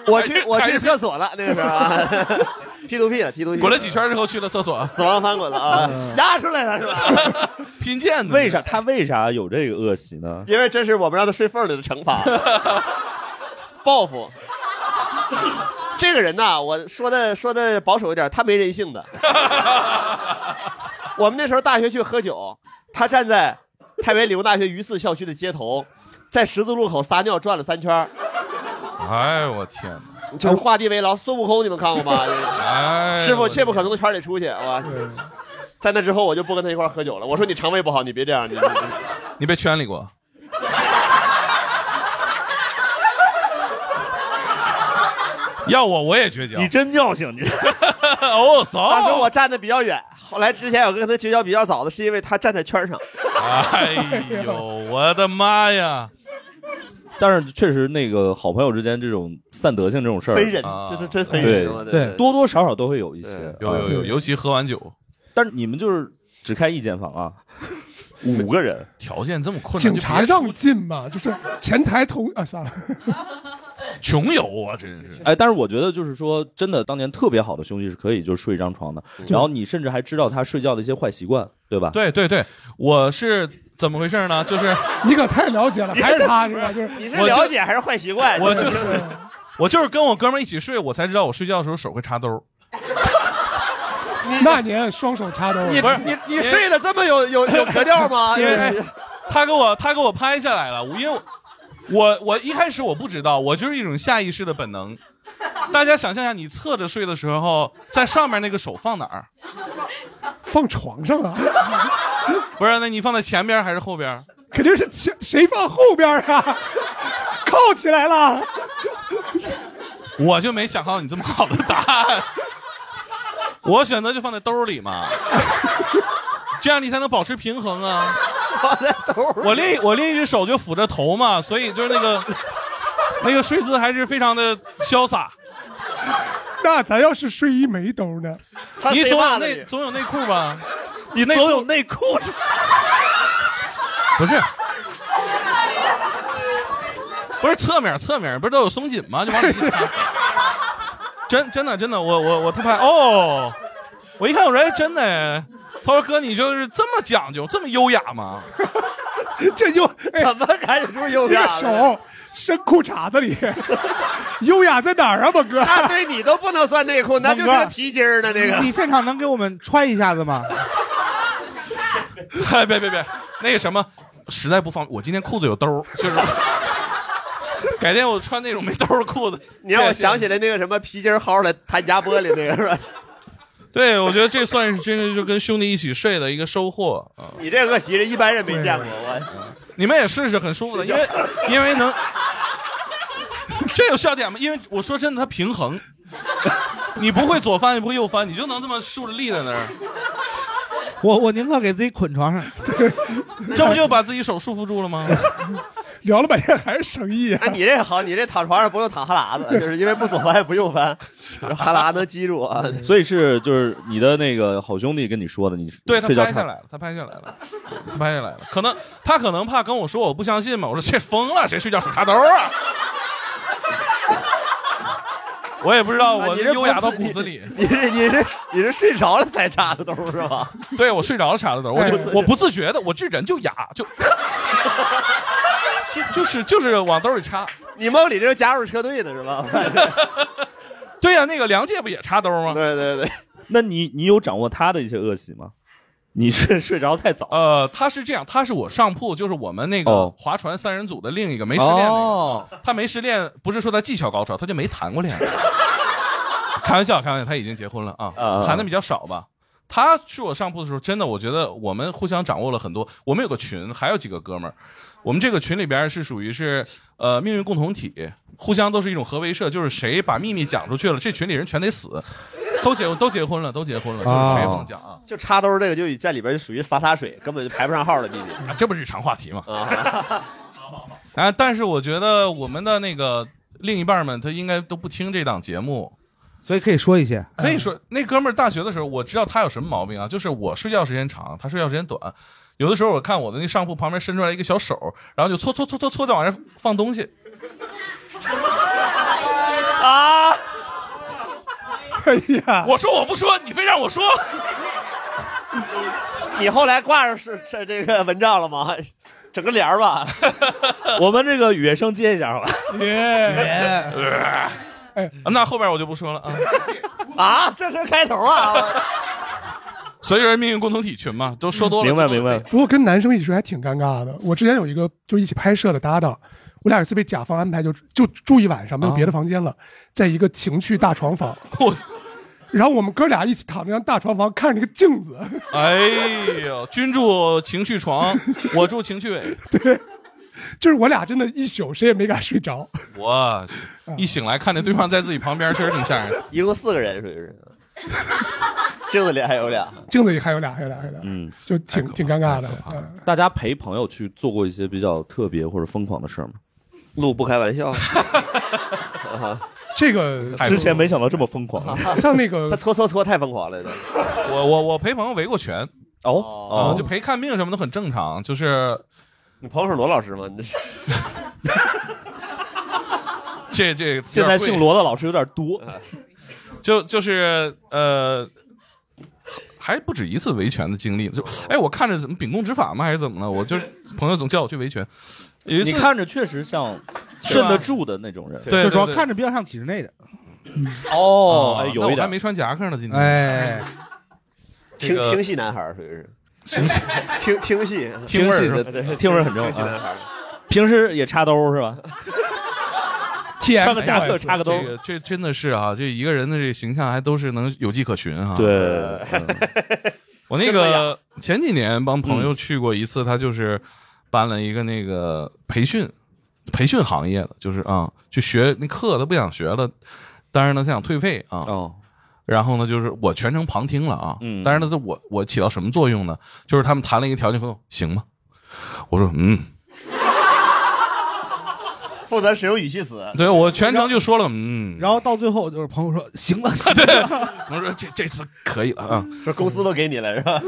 我去我去厕所了，那个时候啊 ，P to P 了，P to P 滚了几圈之后去了厕所，死亡翻滚了啊，压出来了是吧？拼毽子。为啥他为啥有这个恶习呢？因为这是我们让他睡缝里的惩罚， 报复。这个人呐、我说的说的保守一点，他没人性 的。我们那时候大学去喝酒，他站在太原理工大学榆次校区的街头，在十字路口撒尿转了三圈儿， 哎呦我天哪！就是画地为牢。孙悟空你们看过吗？哎师傅切不可从圈里出去，哇！在那之后我就不跟他一块儿喝酒了。我说你肠胃不好，你别这样，你你你被圈里 过？要我我也绝交。你真尿性，你。哦，骚！当时我站的比较远，后来之前有个跟他绝交比较早的，是因为他站在圈上。哎呦，我的妈呀！但是确实，那个好朋友之间这种散德性这种事儿，非人这这真非人对对对对多多少少都会有一些，啊有有有，啊尤其喝完酒，但是你们就是只开一间房啊，五个人， 条件这么困难，警察就别让进嘛，就是前台同啊，算了， 穷游啊，真是。哎，但是我觉得就是说，真的，当年特别好的兄弟是可以就睡一张床的，然后你甚至还知道他睡觉的一些坏习惯，对吧？对对对，我是怎么回事呢？就是你可太了解了，还是他是吧？就是 你是我就了解还是坏习惯？我就就我就是跟我哥们儿一起睡，我才知道我睡觉的时候手会插兜儿。那年双手插兜，你你你睡得 这么有有有格调吗？因为哎他给我他给我拍下来了，我因为我我我一开始我不知道，我就是一种下意识的本能。大家想象一下，你侧着睡的时候，在上面那个手放哪儿？ 放床上啊，不是，那你放在前边还是后边？肯定是前谁放后边啊， 扣起来了。我就没想到你这么好的答案，我选择就放在兜里嘛，这样你才能保持平衡啊。放在 兜儿我另一我另一只手就抚着头嘛，所以就是那个那个睡姿还是非常的潇洒。那咱要是睡衣没兜呢？你总有内总有内裤吧？ 你内总有内裤 不是？不是侧面侧面不是都有松紧吗？就往里一 插。真真的真的，我我我特怕哦！我一看我说哎真的哎，他说哥你就是这么讲究，这么优雅 吗？这又怎么感觉出优这雅个了手伸裤衩子里，优雅在哪儿啊，猛哥？那对你都不能算内裤，那就是个皮筋儿的那你个。现场能给我们揣一下子吗？ 哎别别别，那个什么，实在不方便，我今天裤子有兜儿，就是。 改天我穿那种没兜儿的裤子。你让我谢谢想起来那个什么皮筋儿薅出来弹夹玻璃那个是吧？ 对，我觉得这算是真的，就跟兄弟一起睡的一个收获啊！你这恶习人一般人没见过，我你们也试试，很舒服的， 因为因为能，这有笑点吗？因为我说真的，它平衡，你不会左翻，也不会右翻，你就能这么竖着立在那儿， 我我宁可给自己捆 床上。这不就把自己手束缚住了吗？聊了半天还是生意啊哎，，你这好，你这躺床上不用躺 哈喇子，就是因为不左翻也不右翻，啊 哈喇子能记住啊。所以是就是你的那个好兄弟跟你说的，你对他睡觉拍差下来了，他拍下来了，他拍下来了。可能他可能怕跟我说我不相信嘛，我说这疯了，谁睡觉手插兜啊？我也不知道，啊我你这优雅不到是骨子里。你是你是你是睡着了才扎的兜是吧？对我睡着了啥的都，我就我不自觉的，我这人就哑，就 就就是就是往兜里插。你梦里这是加入车队的 是吧？对呀、那个梁界不也插兜吗？对对对， 那你你有掌握他的一 些恶习吗？你是睡着太早呃，他是这样，他是我上铺，就是我们那个哦划船三人组的另一个没没失恋那个。哦，他没失恋，不是说他技巧高超，他就没谈过恋 爱。开玩笑，开玩笑，他已经结婚了啊啊啊，谈的比较少吧。他去我上铺的时候，真的，我觉得我们互相掌握了很多。我们有个群，还有几个哥们儿，我们这个群里边是属于是呃命运共同体，互相都是一种合为社，就是谁把秘密讲出去了，这群里人全得死。都结都结婚了，都结婚了，就是谁也不能讲啊，就插兜这个就在里边就属于洒洒水，根本就排不上号的秘密啊这不是日常话题嘛。啊。 啊，但是我觉得我们的那个另一半们，他应该都不听这档节目，所以可以说一些。可以说，嗯那哥们儿大学的时候，我知道他有什么毛病啊，就是我睡觉时间长，他睡觉时间短。有的时候我看我的那上铺旁边伸出来一个小手，然后就搓搓搓搓搓的往上放 东西，哎呀，我说我不说，你非让我说，你后来挂上是是这个蚊帐了吗？整个帘儿吧，我们这个语言生接一下好吧？耶，哎那后边我就不说了啊。啊，这是开头啊！所以人命运共同体群嘛，都说多了。明白。不过跟男生一起睡还挺尴尬的。我之前有一个就一起拍摄的搭档，我俩有一次被甲方安排就就住一晚上，没有别的房间了，在一个情趣大床房。然后我们哥俩一起躺着张大床房，看着那个镜子， 哎呦，君住情趣床，我住情趣尾。就是我俩真的一宿谁也没敢睡着。我去一醒来看见对方在自己旁边，确实挺吓人。 一共四个人，属于是。 镜子里还有 俩，镜子里还有俩，还有俩，还有俩，嗯，就挺挺尴尬的。嗯大家陪朋友去做过一些比较特别或者疯狂的事儿吗？录不开 玩笑。 啊这个之前没想到这么 疯狂，像那个 他搓搓搓太疯狂了，我我我陪朋友围过拳。哦啊，就陪看病什么的很正常，就是。你朋友是罗老师吗？你 这这有点现在姓贵罗的老师有点嗯多。就就是呃，还不止一次维权的经历。就哎，我看着怎么秉公执法吗？还是怎么了？我就是朋友总叫我去维权，有一次你看着确实像是吧 镇得住的那种人，对对对就嗯主要看着比较像体制内的。哦啊哎那有一我还点没穿夹克呢，今天哎，这听个听戏男孩儿属于是。听戏， 听 听戏，听戏的对听味儿很重要啊听戏男孩儿平时也插兜是吧？穿个夹克，插个兜。这个这真的是啊，这一个人的这个形象还都是能有迹可循啊。对，我那个前几年帮朋嗯友去过一次，他就是办了一个那个培训，培训行业的，就是啊，去学那课他不想学了，但是呢他想退费啊。哦。然后呢，就是我全程旁听了啊。嗯。但是呢，我我起到什么作用呢？就是他们谈了一个条件合同，行吗？我说嗯，负责使用语气词。对我全程就说了嗯，然后到最后就是朋 友说行了，我说这这次可以了啊。说公司都给你 了是吧？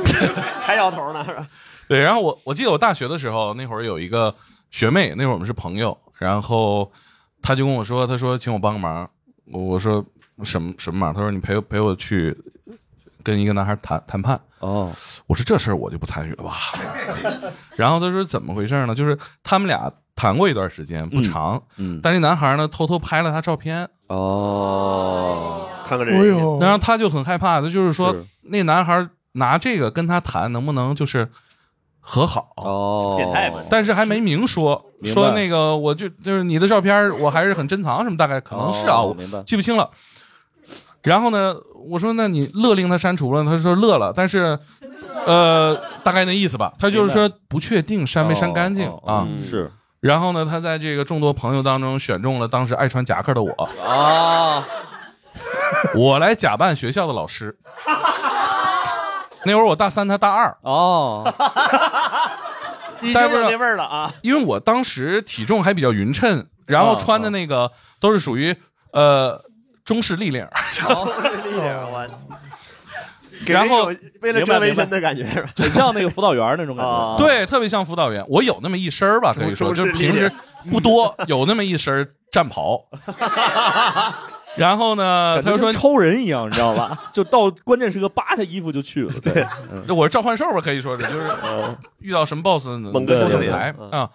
还摇头呢是吧？对，然后我我记得我大学的时候，那会儿有一个学妹，那会儿我们是朋友，然后她就跟我说，她说请我帮个忙，我我说什么什么忙？她说你陪我陪我去跟一个男孩谈谈判。哦，我说这事儿我就不参与了吧。 然后她说怎么回事呢？就是他们俩谈过一段时间，不长，嗯但那男孩呢偷偷拍了她照片，哦，看看这人哎呦然后他就很害怕，他就是说是那男孩拿这个跟他谈，能不能就是和好？哦，变态嘛但是还没明说，明白说那个我就就是你的照片，我还是很珍藏什么，大概可能是啊，哦我明白记不清了。然后呢，我说那你勒令他删除了，他说乐了，但是，呃，大概那意思吧。他就是说不 确定删没删干净哦啊。嗯是然后呢，他在这个众多朋友当中选中了当时爱穿夹克的我，啊， 我来假扮学校的老师。那会儿我大三，他大二，哦，已经待会儿有那味儿了 啊！因为我当时体重还比较匀称，然后穿的那个都是属于呃中式立领， 哎我给人然一后种为了明白遮明纹白身的感觉是吧？很像那个辅导员那种感觉。啊，，对，特别像辅导员。我有那么一身儿吧，可以说中就是式立领平时不多，有那么一身儿战 袍。然后呢，感 觉他就说跟抽人一样，你知 道吧？就到关键时刻扒他衣服就去了。嗯对，我是召唤兽吧，可以说是就是遇到什么 boss 猛哥说什就么是来嗯啊。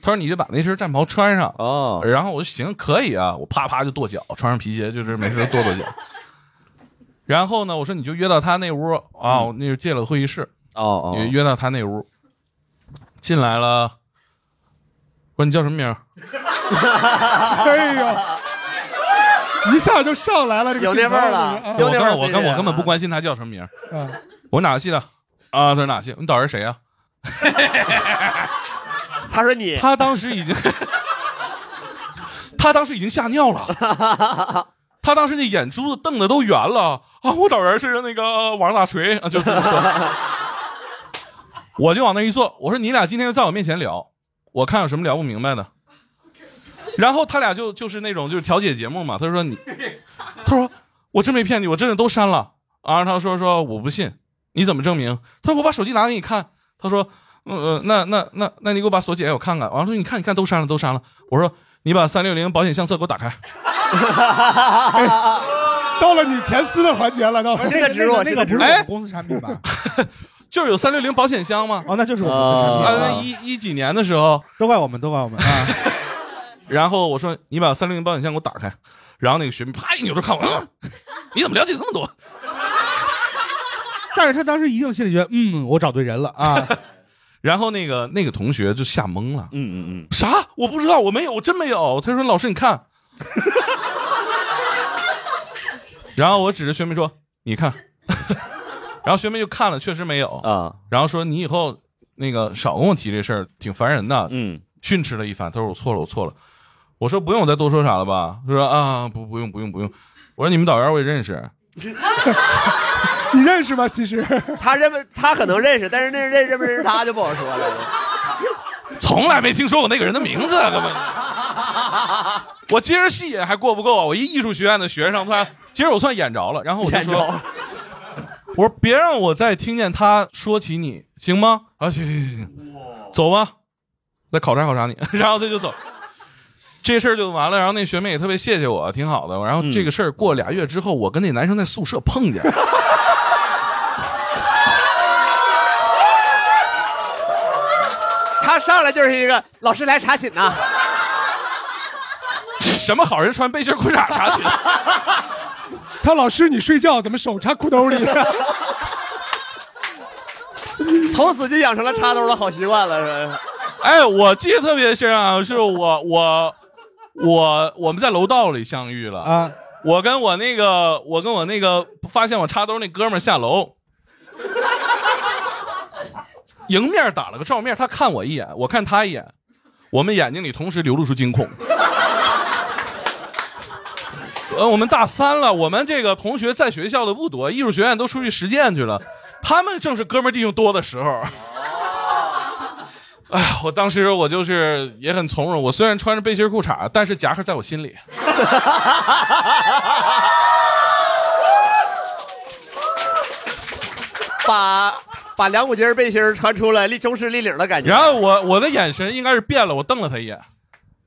他说你就把那身战袍穿上，哦，然后我就行，可以啊，我啪啪就跺脚，穿上皮鞋就是没事跺跺脚。然后呢，我说你就约到他那屋嗯啊，我那就借了会议室，哦也约到他那屋，进来了。我说你叫什么名儿？ 哎呦，一下就上来了，这个有那味儿了劲头有我那根味儿本我非根得我根本啊不关心他叫什么名儿。啊啊我说哪个系的？啊，他说哪个系？你导师谁啊？他说你他当时已经， 他当时已经吓尿了，他当时那眼珠子瞪得都圆了啊！我导员是那个王大锤啊，就这么说，我就往那一坐，我说你俩今天就在我面前聊，我看有什么聊不明白的。然后他俩就就是那种就是调解节目嘛，他说你，他说我真没骗你，我真的都删了啊。他说说我不信，你怎么证明？他说我把手机拿给你看，他说嗯呃，那那那那你给我把锁解开，我看看。完了说你看你看都删了都删了。我说你把三六零保险相册给我打开。 到了你前四的环节了，到了这个植入那个那个不是我哎们公司产品吧？就是有三六零保险箱吗？哦，那就是我们的产啊，品，那一一几年的时候，都怪我们，都怪我们啊！ 然后我说你把三六零保险箱给我打开，然后那个学妹啪一扭头看我，嗯，你怎么了解这么多？但是他当时一定心里觉得，嗯，我找对人了啊。然后那个那个同学就吓懵了，嗯嗯嗯，啥？ 我不知道，我没有，我真没有。他说老师你看，然后我指着学妹说你看， 然后学妹就看了，确实没有啊。然后说你以后那个少跟我提这事儿，挺烦人的。嗯，训斥了一番，他说我错了，我错了。我说不用我再多说啥了吧？他说啊不不用不用不用。我说你们导员我也认识，你认识吗？其实 他认不，他可能认识，但是那认认不认识他就不好说了。从来没听说过那个人的名字，啊根本。我今儿戏演还过不够啊！我一艺术学院的学生，突然今儿我算演着了，然后我就说， 我说别让我再听见他说起你，行吗？啊，行行行行，走吧，再考察考察你， 然后他就走。这事儿就完了，然后那学妹也特别谢谢我，挺好的。然后这个事儿过俩月之后，我跟那男生在宿舍碰见，他上来就是一个老师来查寝呐、什么好人穿背心裤衩啥去？ 他老师，你睡觉怎么手插裤兜 里？从此就养成了插兜的好习惯了，哎，我记得特别深啊，是我我我我们在楼道里相遇了啊。我跟我那个我跟我那个发现我插兜那哥们儿下楼，迎面打了个照面，他看我一眼，我看他一眼，我们眼睛里同时流露出惊恐。呃，我们大三了，我们这个同学在学校的不多，艺术学院都出去实践去了，他们正是哥们儿弟兄多的时候。哎呀，我当时我就是也很从容，我虽然穿着背心裤衩，但是夹克在我心里。把把两股筋背心儿穿出了立中式立领的哎感觉。然后我我的眼神应该是变了，我瞪了他一眼，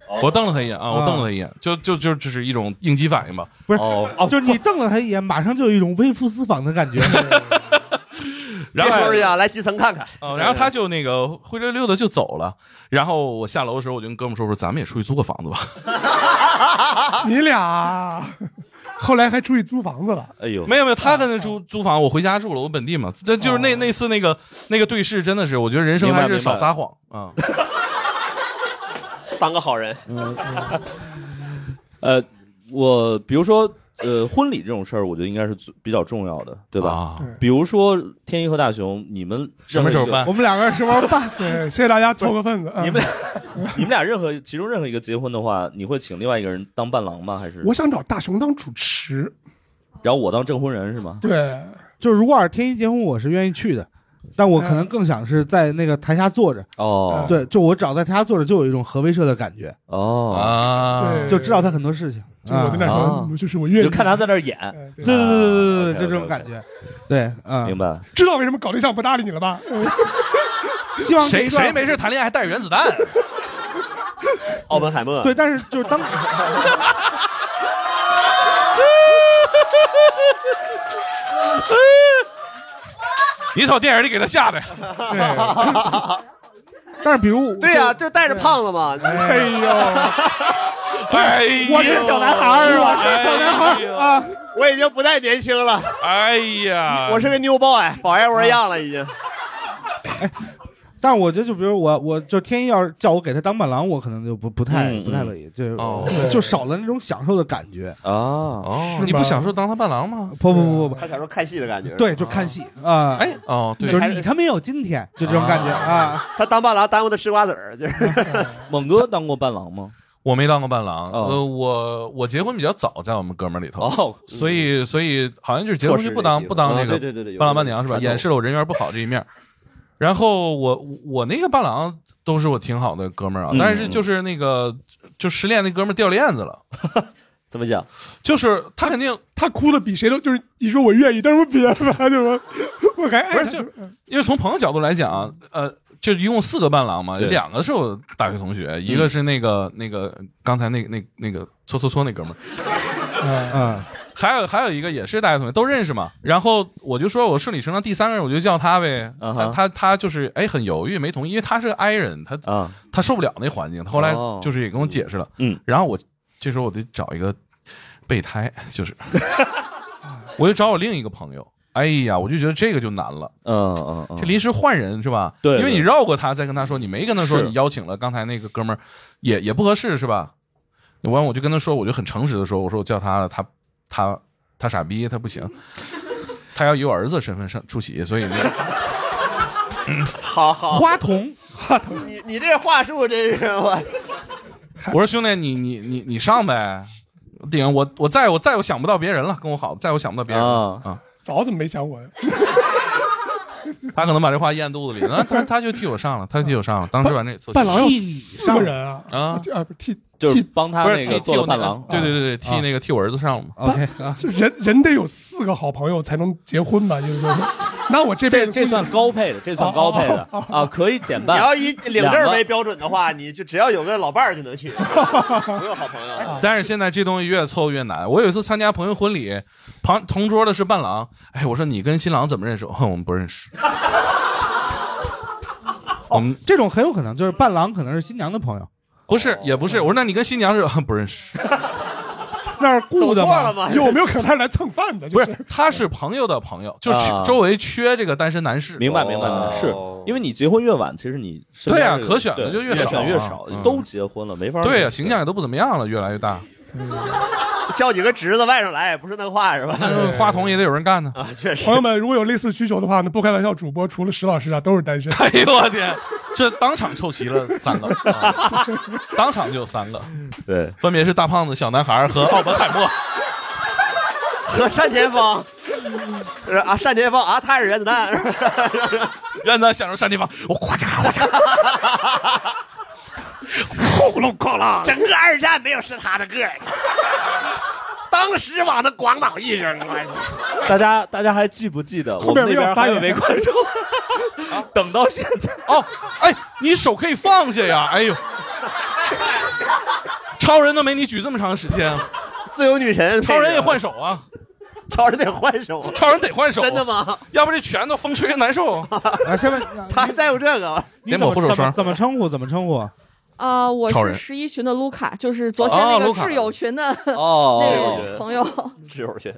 哦我瞪了他一眼啊，我啊瞪了他一眼，就就就就是一种应激反应吧。不是，哦，就是你瞪了他一眼，马上就有一种微服私访的感觉。 然别后说这啊样，来基层看看。哦，然后他就那个灰溜溜的就走了。然后我下楼的时候，我就跟哥们说说，咱们也出去租个房子吧。 你俩后来还出去租房子了，哎呦，没有没有，他跟那租租房，我回家住了，我本地嘛。这就是那那次那个那个对视，真的是，我觉得人生哦明白还是明白少撒谎啊。当个好人，嗯呃，我比如说，呃，婚礼这种事儿，我觉得应该是最比较重要的，对吧？啊比如说天一和大雄，你们任何什么一个时候办我们两个人什么时候办？对，谢谢大家凑个份子。嗯你们俩， 你们俩任何其中任何一个结婚的话，你会请另外一个人当伴郎吗？还是我想找大熊当主持，然后我当证婚人是吗？对，就是如果要是天一结婚，我是愿意去的，但我嗯可能更想是在那个台下坐着。哦，对，就我只要在台下坐着，就有一种核威慑的感觉，哦，啊对就知道他很多事情。就是我在那啊说，啊就是我你愿意就看他在那儿演，哎对对对对对对对，啊就这种 OK，OK，OK 感觉。对，啊明，白？知道为什么搞对象不搭理你了吧？嗯 希望这谁一段谁没事谈恋爱还带着原子弹？啊奥本海默。对，，但是就是当 你瞅电影里给他吓的。对，但是比 如对呀、就带着胖子嘛。哎呦， 哎呦，我是小男孩儿啊，我是小男孩儿啊，哎我已经不太年轻了，哎呀，我是个哎 new boy，forever young 了已啊经。但是我觉得，就比如我，我就天一要是叫我给他当伴郎，我可能就不不太嗯不太乐意，就是哦就少了那种享受的感 觉。啊，哦是你不吧享受当他伴郎吗？不不不不他想说看戏的感觉。不，，对，就看戏啊，哎，哦，对就，是你他没有今天，就这种感觉哦啊。他当伴郎耽误他吃瓜子儿，就是猛哥当过伴郎吗？我没当过伴郎，哦呃，我我结婚比较早，在我们哥们儿里头，哦，所以所以好像就是结婚嗯错失就这不当机会不当啊那个对对对对有伴郎伴娘是吧？传统掩饰了我人缘不好这一面儿。然后我我那个伴郎都是我挺好的哥们儿啊，嗯但是就是那个就失恋那哥们儿掉链子了， 怎么讲？ 就是他肯定他哭的比谁都就是你说我愿意，但是我别吧， 对吧？我还爱不是他就嗯因为从朋友角度来讲，呃，就一共四个伴郎嘛，对嗯有两个是我大学同学，一个是那个那个刚才那那那个搓搓搓那哥们儿。啊嗯， 还有还有一个也是大学同学，都认识嘛。然后我就说我顺理成章第三个人，我就叫他呗。嗯他哼他他就是哎很犹豫，没同意，因为他是 i 人，他、啊，他受不了那环境。他后来哦就是也跟我解释了，嗯，然后我这 时候我得找一个备胎，就是我就找我另一个朋友，哎呀，我就觉得这个就难了。嗯嗯嗯，这临时换人是吧？对因为你对绕过他再跟他说，你没跟他说是你邀请了刚才那个哥们儿，也也不合适是吧？完我就跟他说，我就很诚实的说，我说我叫他了，他他他傻逼，他不行， 他要以我儿子身份上出席，所以 那嗯好好，花童，花童，你你这话术真是我，我说兄弟，你你你你上呗，顶我我再我再我想不到别人了，跟我好，再我想不到别人了啊。早怎么没想我呀？他可能把这话咽肚子里，那他他就替我上了，他就替我上了。当时完这错，伴郎要四个人啊啊就啊不替 就是替帮他不那个做了伴郎对对对对啊替那个替我儿子上了嘛 OK，啊就人人得有四个好朋友才能结婚吧？就是 说，那我这辈子哦这这算高配的，这算高配的啊，可以减你半。要以领两证个为标准的话，你就只要有个老伴儿就能去， 不用好朋 友。但是现在这东西越凑越难。我有一次参加朋友婚礼，旁同桌的是伴郎，哎，我说你跟新郎怎么认识？哼，我们不认识。哦，嗯这种很有可能就是伴郎可能是新娘的朋友，不哦是，也不是。我说那你跟新娘是？哼不认哎识。哦那是雇的有没有可能他是来蹭饭的？不是，他是朋友的朋友，就是啊周围缺这个单身男士。哦明白明白明白，是因为你结婚越晚，其实你身边对啊这个可选的对就越越少选越啊少嗯，都结婚了，没法对呀、啊呀，形象也都不怎么样了，越来越大。叫几个侄子外甥来，不是那话是吧？话筒也得有人干呢。啊，确实。朋友们，如果有类似需求的话，那不开玩笑，主播除了石老师啊，都是单身。 哎呦我天，这当场凑齐了三 个，啊当场就有三 个，对，分别是大胖子、小男孩和奥本海默。和单田 芳，是啊，单田芳啊，他是原子弹，让他享受山地方，我夸嚓夸嚓，轰隆哐啷 整个二战没有是他的个儿， 当时往那广岛一扔，哎大家大家还记不记得我们那边还有没观众？等到现在啊哦，哎，你手可以放下呀！哎呦，超人都没你举这么长时间， 自由女神，超人也换手啊，超人得换手，超人得换手，真的吗？要不这拳头风吹着难 受。啊，下面他还在乎这个？你怎么怎么怎么称呼？怎么称呼？啊、我超人是十一群的卢卡，就是昨天那哦个卢卡挚友群的、哦那个朋友。挚友去，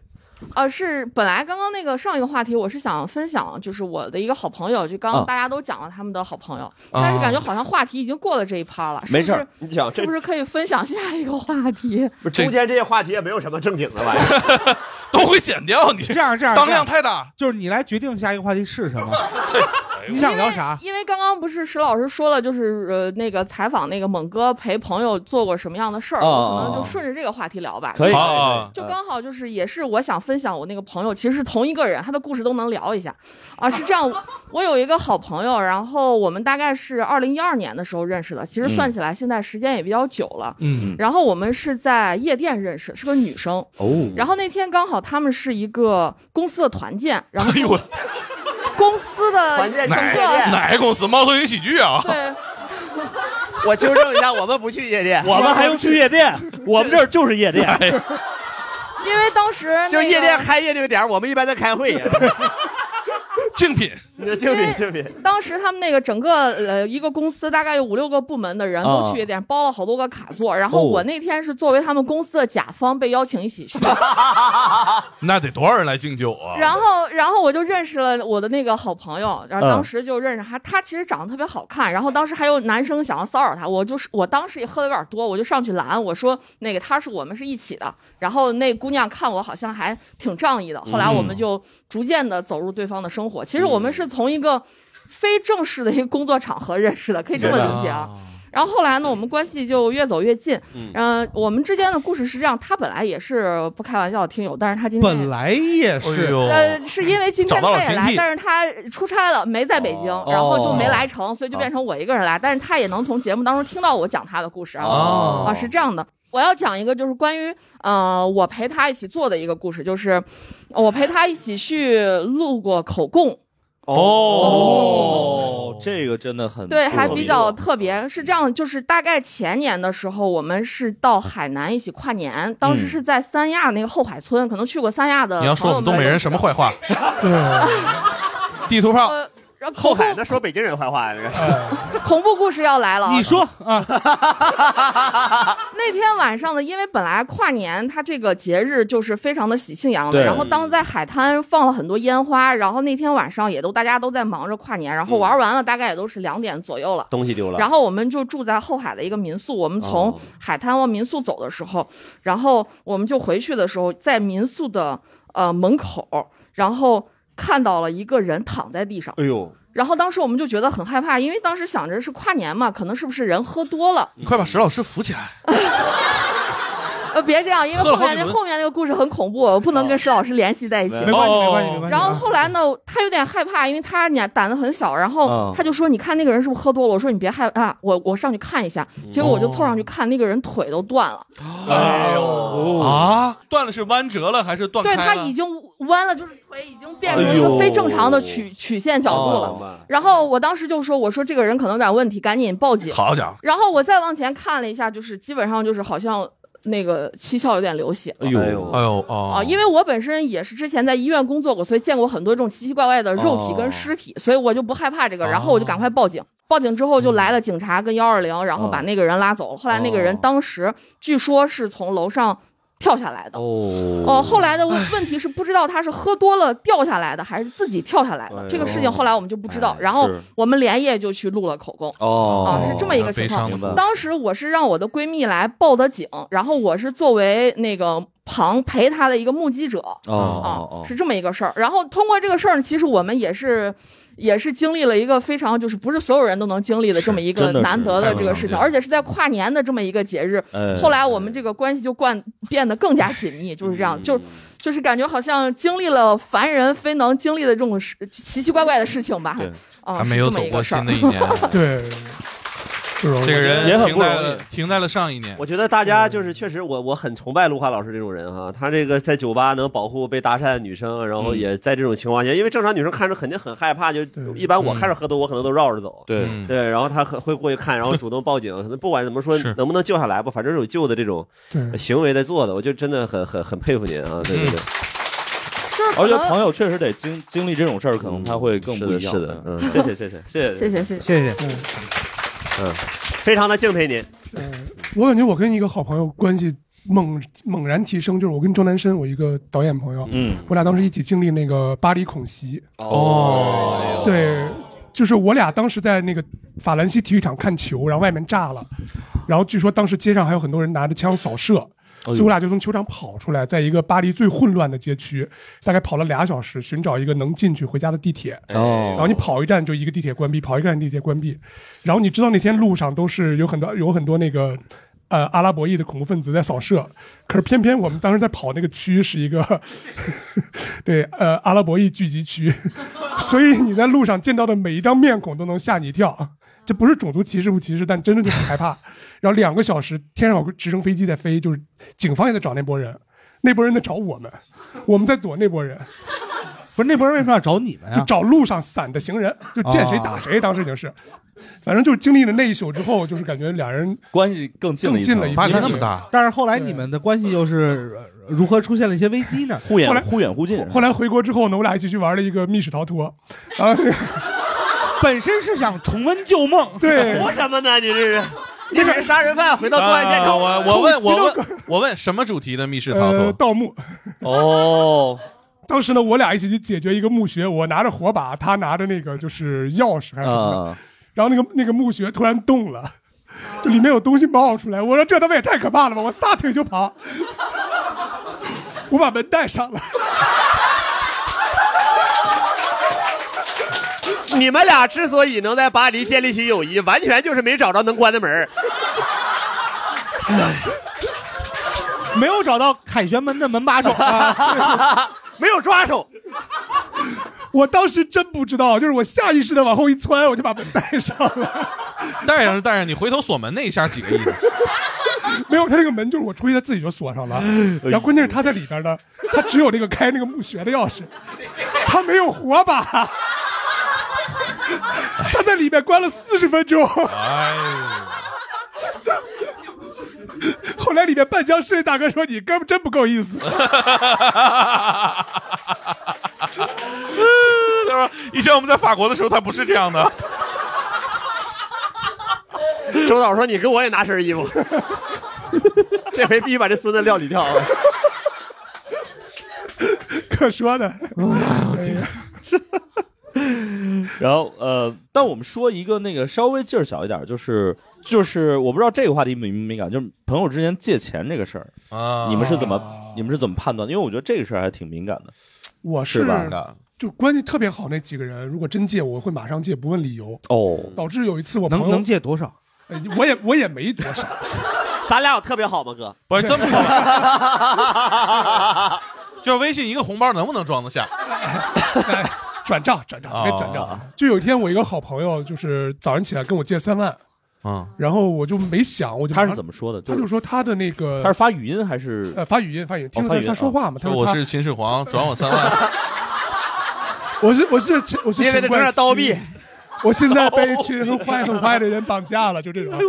啊，是本来刚刚那个上一个话题，我是想分享，就是我的一个好朋友，就刚啊刚大家都讲了他们的好朋友，但是感觉好像话题已经过了这一趴了，没事儿是你不讲是这是不是可以分享下一个话题？不是中间这些话题也没有什 么正经的玩意儿，都会剪掉你。这样这样，当量太大，就是你来决定下一个话题是什么。哎你想聊啥？因为刚刚不是石老师说了，就是呃那个采访那个猛哥陪朋友做过什么样的事儿，哦我可哦能哦就顺着这个话题聊吧。可以就好啊就刚好就是也是我想分享我那个朋友，其实是同一个人，他的故事都能聊一下啊。是这样，我有一个好朋友，然后我们大概是二零一二年的时候认识的，其嗯实算起来现在时间也比较久了。嗯然后我们是在夜店认识，是个女生。嗯哦然后那天刚好他们是一个公司的团建，然后哎公司的团建整哪个哪个公司？猫头鹰喜剧啊！对， 我纠正一下， 我们不去夜 店，我们还用去夜店？我们这儿就是夜 店。因为当时、那个、就夜店开业这个点儿我们一般在开会，竞品， 竞品，竞品。当时他们那个整个呃一个公司大概有五六个部门的人啊都去夜店，包了好多个卡座。然后哦我那天是作为他们公司的甲方被邀请一起去，那得多少人来敬酒啊？然后然后我就认识了我的那个好朋友，然后嗯当时就认识他。他其实长得特别好看，然后当时还有男生想要骚扰他，我就是我当时也喝的有点多，我就上去拦，我说那个他是我们是一起的。然后那姑娘看我好像还挺仗义的，后来我们就逐渐的走入对方的生活。其实我们是从一个非正式的一个工作场合认识的，可以这么理解啊。然后后来呢，我们关系就越走越近。嗯嗯，我们之间的故事是这样，他本来也是不开玩笑的听友，但是他今天本来哎也是，呃，是因为今天哎找到了他也平来替，但是他出差了，没在北京，然后就没来成，所以就哦变成我一个人来。但是他也能从节目当中听到我讲他的故事啊，哦啊，是这样的。我要讲一个，就是关于呃，我陪他一起做的一个故事，就是我陪他一起去录过口供，哦，这个真的很对，还比较特别。是这样，就是大概前年的时候，我们是到海南一起跨年，当时是在三亚那个后海村，可能去过三亚的你要说我们朋友东北人都什么坏话？地图炮，呃然后呃后海那说北京人坏话呀，这个 恐怖故事要来了啊，说啊， 那天晚上呢，因为本来跨年它这个节日就是非常的喜庆洋对的，然后当时在海滩放了很多烟花，然后那天晚上也都大家都在忙着跨年，然后玩完了大概也都是两点左右了。东西丢了。然后我们就住在后海的一个民宿，我们从哦海滩往民宿走的时候，然后我们就回去的时候，在民宿的呃门口，然后看到了一个人躺在地上。哎呦，然后当时我们就觉得很害怕，因为当时想着是跨年嘛，可能是不是人喝多了？你快把石老师扶起来。呃，别这样，因为喝了后好几面那轮后面那个故事很恐怖，我不能跟石老师联系在一起。没关系没关系没关系然后后来呢，他有点害怕，因为他年胆子很小，然哦嗯后他就说：“你看那个人是不是喝多了？”我说：“你别害怕、我我上去看一下。”结果我就凑上去看，那个人腿都断了，哎哦呦啊，断了是弯折了还是断对开他了？已经弯了，就是腿已经变成一个非正常的曲、曲线角度了。哎哦然后我当时就说：“我说这个人可能有点问题，赶紧报警。”好家伙然后我再往前看了一下，就是基本上就是好像那个七窍有点流血。哎呦哎呦啊，哦，因为我本身也是之前在医院工作过，所以见过很多这种奇奇怪怪的肉体跟尸哦体，所以我就不害怕这个。然后我就赶快报警，报警之后嗯就来了警察跟幺二零，然后把那个人拉走了。后来那个哦人当时据说是从楼上跳下来的。哦哦，后来的问问题是不知道他是喝多了掉下来的，还是自己跳下来哎的呦。哎这个事情后来我们就不知道。然后是我们连夜就去录了口供。哦啊，是这么一个情况明白。当时我是让我的闺蜜来报的警，然后我是作为那个旁陪她的一个目击者。哦哦哦，是这么一个事儿。然后通过这个事儿呢，其实我们也是。也是经历了一个非常就是不是所有人都能经历的这么一个真的是难得太的不这个常事情，见而且是在跨年的这么一个节日哎。嗯后来我们这个关系就惯变得更加紧密，就是这样，就就是感觉好像经历了凡人非能经历的这种事奇奇怪怪的事情吧。啊，还没是有这么走一个过事儿新的一年。啊 对，这个人也很停不在容易了停在了上一年。我觉得 大家就是确实我，我很崇拜陆华老师这种人哈，他这个在酒吧能保护被搭讪的女生，然后也在这种情况下，因为正常女生看着肯定很害怕，就一般我看着喝多，我可能都绕着走。对对，然后他会会过去看，然后主动报警，可能不管怎么说能不能救下来吧，反正是有救的这种对行为在做的，我就真的很很很佩服您啊！对对对，就是嗯可而且能朋友确实得经经历这种事儿，可能他会更不一样。是的是的嗯谢谢谢谢谢谢谢谢谢谢谢，嗯，非常的敬佩您。我感觉我跟一个好朋友关系猛猛然提升，就是我跟钟南山，我一个导演朋友，嗯，我俩当时一起经历那个巴黎恐袭。哦对，就是我俩当时在那个法兰西体育场看球，然后外面炸了，然后据说当时街上还有很多人拿着枪扫射。所以我俩就从球场跑出来，在一个巴黎最混乱的街区，大概跑了俩小时，寻找一个能进去回家的地铁。哦然后你跑一站就一个地铁关闭，跑一个站地铁关闭，然后你知道那天路上都是有很多有很多那个。呃，阿拉伯裔的恐怖分子在扫射，可是偏偏我们当时在跑那个区是一个， 对，呃，阿拉伯裔聚集区， 所以你在路上见到的每一张面孔都能吓你一跳。这不是种族歧视不歧视，但真的就很害怕。然后两个小时，天上有个直升飞机在飞，就是警方也在找那波人，那波人在找我们，我们在躲那波人。不是那波人为什么要找你们呀、啊就找路上散的行人，就见谁打谁，当时已经是，反正就是经历了那一宿之后，就是感觉俩人关系更更近了一步，但是后来你们的关系又是呃如何出现了一些危机呢？ 互后来远忽近后来回国之后呢，我俩一起去玩了一个密室逃脱，啊然后 本身是想重温旧梦， 对，活什么呢？你这是，你这是杀人犯回到作案现啊场。我我 问我问我问什么主题的密室逃呃脱？盗 墓。 哦，当时呢，我俩一起去解决一个墓穴，我拿着火把，他拿着那个就是钥匙还是什么，啊，然后那个那个墓穴突然动了。就里面有东西冒出来，我说这他妈也太可怕了吧！我撒腿就跑，我把门带上了。 你们俩之所以能在巴黎建立起友谊，完全就是没找着能关的门儿。没有找到凯旋门的门把手 啊，没有抓手。我当时真不知道，就是我下意识的往后一窜，我就把门带上了。 带上带上，你回头锁门那一下几个意 思？没有，他这个门就是我出去，他自己就锁上了。哎然后关键是他在里边呢，他只有那个开那个墓穴的钥匙，他没有火把，他在里面关了四十分钟。哎后来里面半僵尸大哥说：“你哥们真不够 意思。他说以前我们在法国的时候，他不是这样的。 周导说：“你给我也拿身衣服，这回必须把这孙子料理掉啊！”可说的，然后呃，但我们说一个那个稍微劲儿小一点儿，就是就是我不知道这个话题敏不敏感，就是朋友之间借钱这个事儿啊你们是怎么你们是怎么判断的？因为我觉得这个事儿还挺敏感的。我是吧是就关系特别好那几个人，如果真借，我会马上借，不问理由。哦，导致有一次我能朋友能借多少？哎我也我也没多少，咱俩有特别好吗，哥？不是这么说吧，就是微信一个红包能不能装得下？转账转账啊这边转账。就有一天我一个好朋友就是早上起来跟我借三万，啊，然后我就没想，我就他马是上怎么说的？他就说他的那个他是发语音还是呃发语音发语音，听哦着发他语音他说话嘛，他就说我他是秦始皇，转我三万。我是我是秦我是因为秦他桧正在刀毙。我现在被秦很坏很坏的人绑架了，就这种。啊哎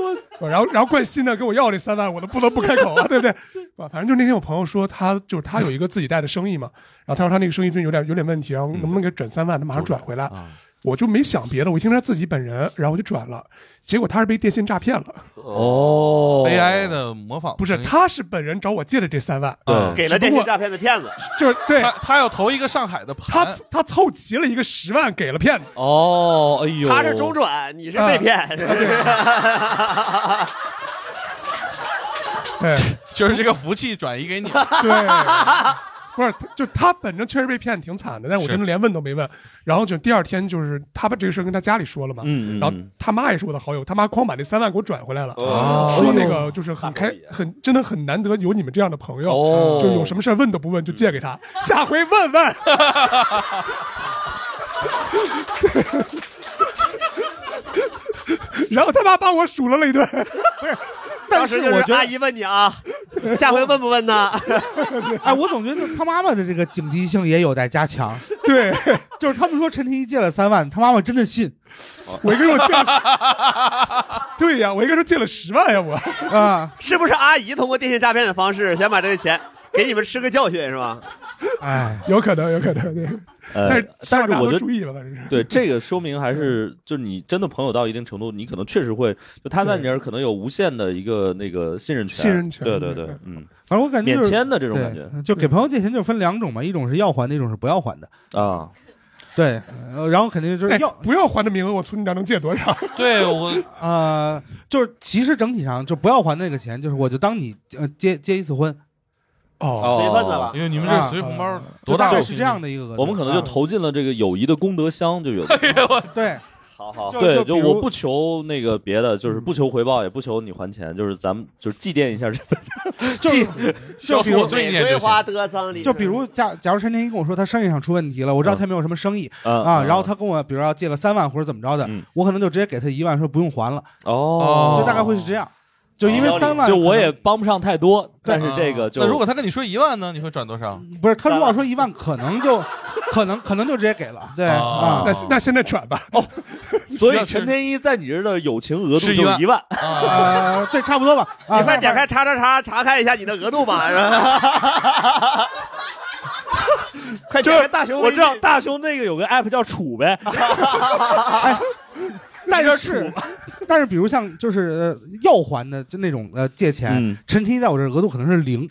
然后然后冠希呢跟我要这三万，我都不得不开口啊，对不对？啊，反正就那天我朋友说他就是他有一个自己带的生意嘛，然后他说他那个生意最近有点有点问题，然后能不能给转三万？他马上转回来。嗯我就没想别的，我一听他自己本人，然后我就转了，结果他是被电信诈骗了，哦 AI 的模仿不是，他是本人找我借的这三万，对给了电信诈骗的骗子，就是对他他要投一个上海的他哎盘，他凑齐了一个十万给了骗子，哦，哎呦，他是中转，你是嗯被骗。 就是这个服务器转移给你。对，不是，就他本身确实被骗，挺惨的，但是我是真的连问都没问。然后就第二天，就是他把这个事儿跟他家里说了嘛，嗯嗯嗯然后他妈也是我的好友，他妈哐把那三万给我转回来了，哦说那个就是很开，很真的很难得有你们这样的朋友，哦就有什么事儿问都不问就借给他，嗯 下回问问。然后他妈把我数落了一顿，不是，当时就是阿姨问你啊，下回问不问呢？哎，我总觉得他妈妈的这个警惕性也有待 加强。对， 就是他们说陈廷一借了三万，他妈妈真的信。哦我一个人我借了，对呀，我一个人借了十万呀，我啊，是不是阿姨通过电信诈骗的方式想把这个钱给你们吃个教训是吧？哎，有可能，有可能，对。呃但是，希但望是大家我都觉注意吧，得反正是。对这个说明还是就是你真的朋友到一定程度，你可能确实会就他在你那儿可能有无限的一个那个信任权，信任权对对对，嗯，反正我感觉、就是、免签的这种感觉嗯对就给朋友借钱就分两种嘛，一种是要还的，一种是不要还的。啊，对，呃然后肯定就是哎要、不要还的名额，我存你那能借多少？ 对我呃，就是其实整体上就不要还那个钱，就是我就当你呃结结一次婚，哦随份子了因为你们这啊随红包多就大大的概频是率这样的一个额度。我们可能就啊投进了这个友谊的功德箱，就有 的。对好好就对，就就比如我不求那个别的，就是不求回报，也不求你还钱，就是咱们就是祭奠一下这份，就是消除我罪玫孽瑰就行。花得葬礼，就比如假假如陈天一跟我说他生意上出问题了，我知道他没有什么生意、嗯啊，嗯然后他跟我比如要借个三万或者怎么着的，嗯我可能就直接给他一万，说不用还了，哦，就大概会是这样。就因为三万可能，就我也帮不上太多，但是这个啊就那如果他跟你说一万呢，你会转多少？不是他如果说一万，可能就可能可能就直接给了，对哦啊那那现在转吧。哦，所需以要是陈天一在你这儿的友情额度就是是1一万，啊，呃，对，差不多吧啊你。快点开叉叉叉查看一下你的额度吧。 快点开大熊微我知信，道大熊那个有个 app 叫储 呗，哎但是，但是，比如像就是呃要还的就那种呃借嗯钱，陈天一在我这儿额度可能是零，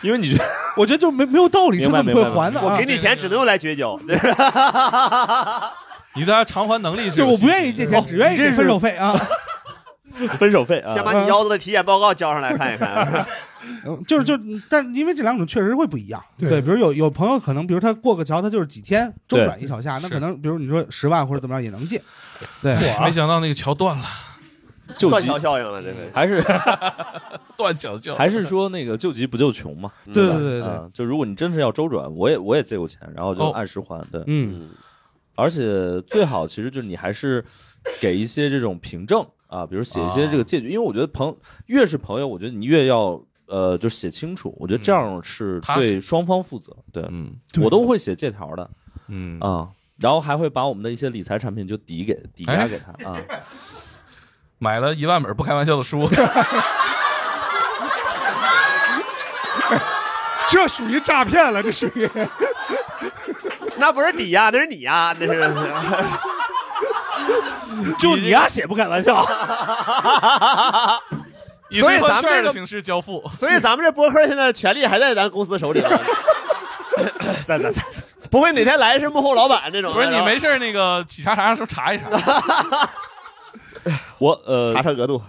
因为你觉得 我觉得就没没有道理，明他白怎么会明白还的我啊给？你钱只能用来绝交。你对他偿还能力是就有我信不愿意心借钱，只愿意给分手费啊。分手费啊 先，把你腰子的体检报告交上来看一看。嗯就是就，但因为这两种确实会不一样。对对，比如有有朋友可能，比如他过个桥，他就是几天周对转一小下，那是可能比如你说十万或者怎么样也能借。对，没想到那个桥断了，救断急桥效应了，这个 还是断桥就还是说那个救急不救穷嘛？对吧嗯对对对啊就如果你真是要周转，我也我也借过钱，然后就哦按时还，对，嗯，而且最好其实就是你还是给一些这种凭证啊，比如写一些这个借据，因为我觉得朋越是朋友，我觉得你越要呃，就写清楚，我觉得这样是踏对实双方负责。对嗯我都会写借条的嗯啊，然后还会把我们的一些理财产品就抵给抵押哎给他啊。买了一万本不开玩笑的 书， 这属于诈骗了，这属于那不是你呀，那是你呀，那是。 就你呀，谁不开玩笑？以所以兑换咱们这券个的形式交 付。所以咱们这播客现在权力还在咱公司手里了。在在在， 不会哪天来是幕后老板这种的？不是你然后没事儿那个企查查的时候查一 查，我呃，查查额 度，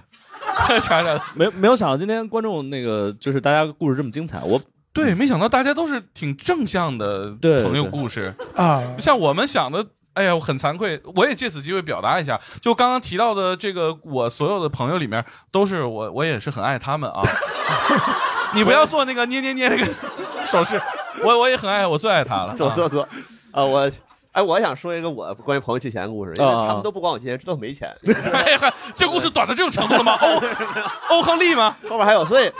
查查。没没有想到今天观众那个就是大家故事这么精彩，我对没想到大家都是挺正向的朋友故事 啊。像我们想的，哎呀，我很惭愧，我也借此机会表达一下，就刚刚提到的这个，我所有的朋友里面都是我，我也是很爱他们 啊。你不要做那个捏捏捏那个手势，我我也很爱，我最爱他了。坐啊坐坐，啊我。哎，我想说一个我关于朋友借钱的故事， 因为啊他们都不管我借钱，知道我没钱。这故事短到这种程度了吗？欧欧亨利吗？后边还有，所以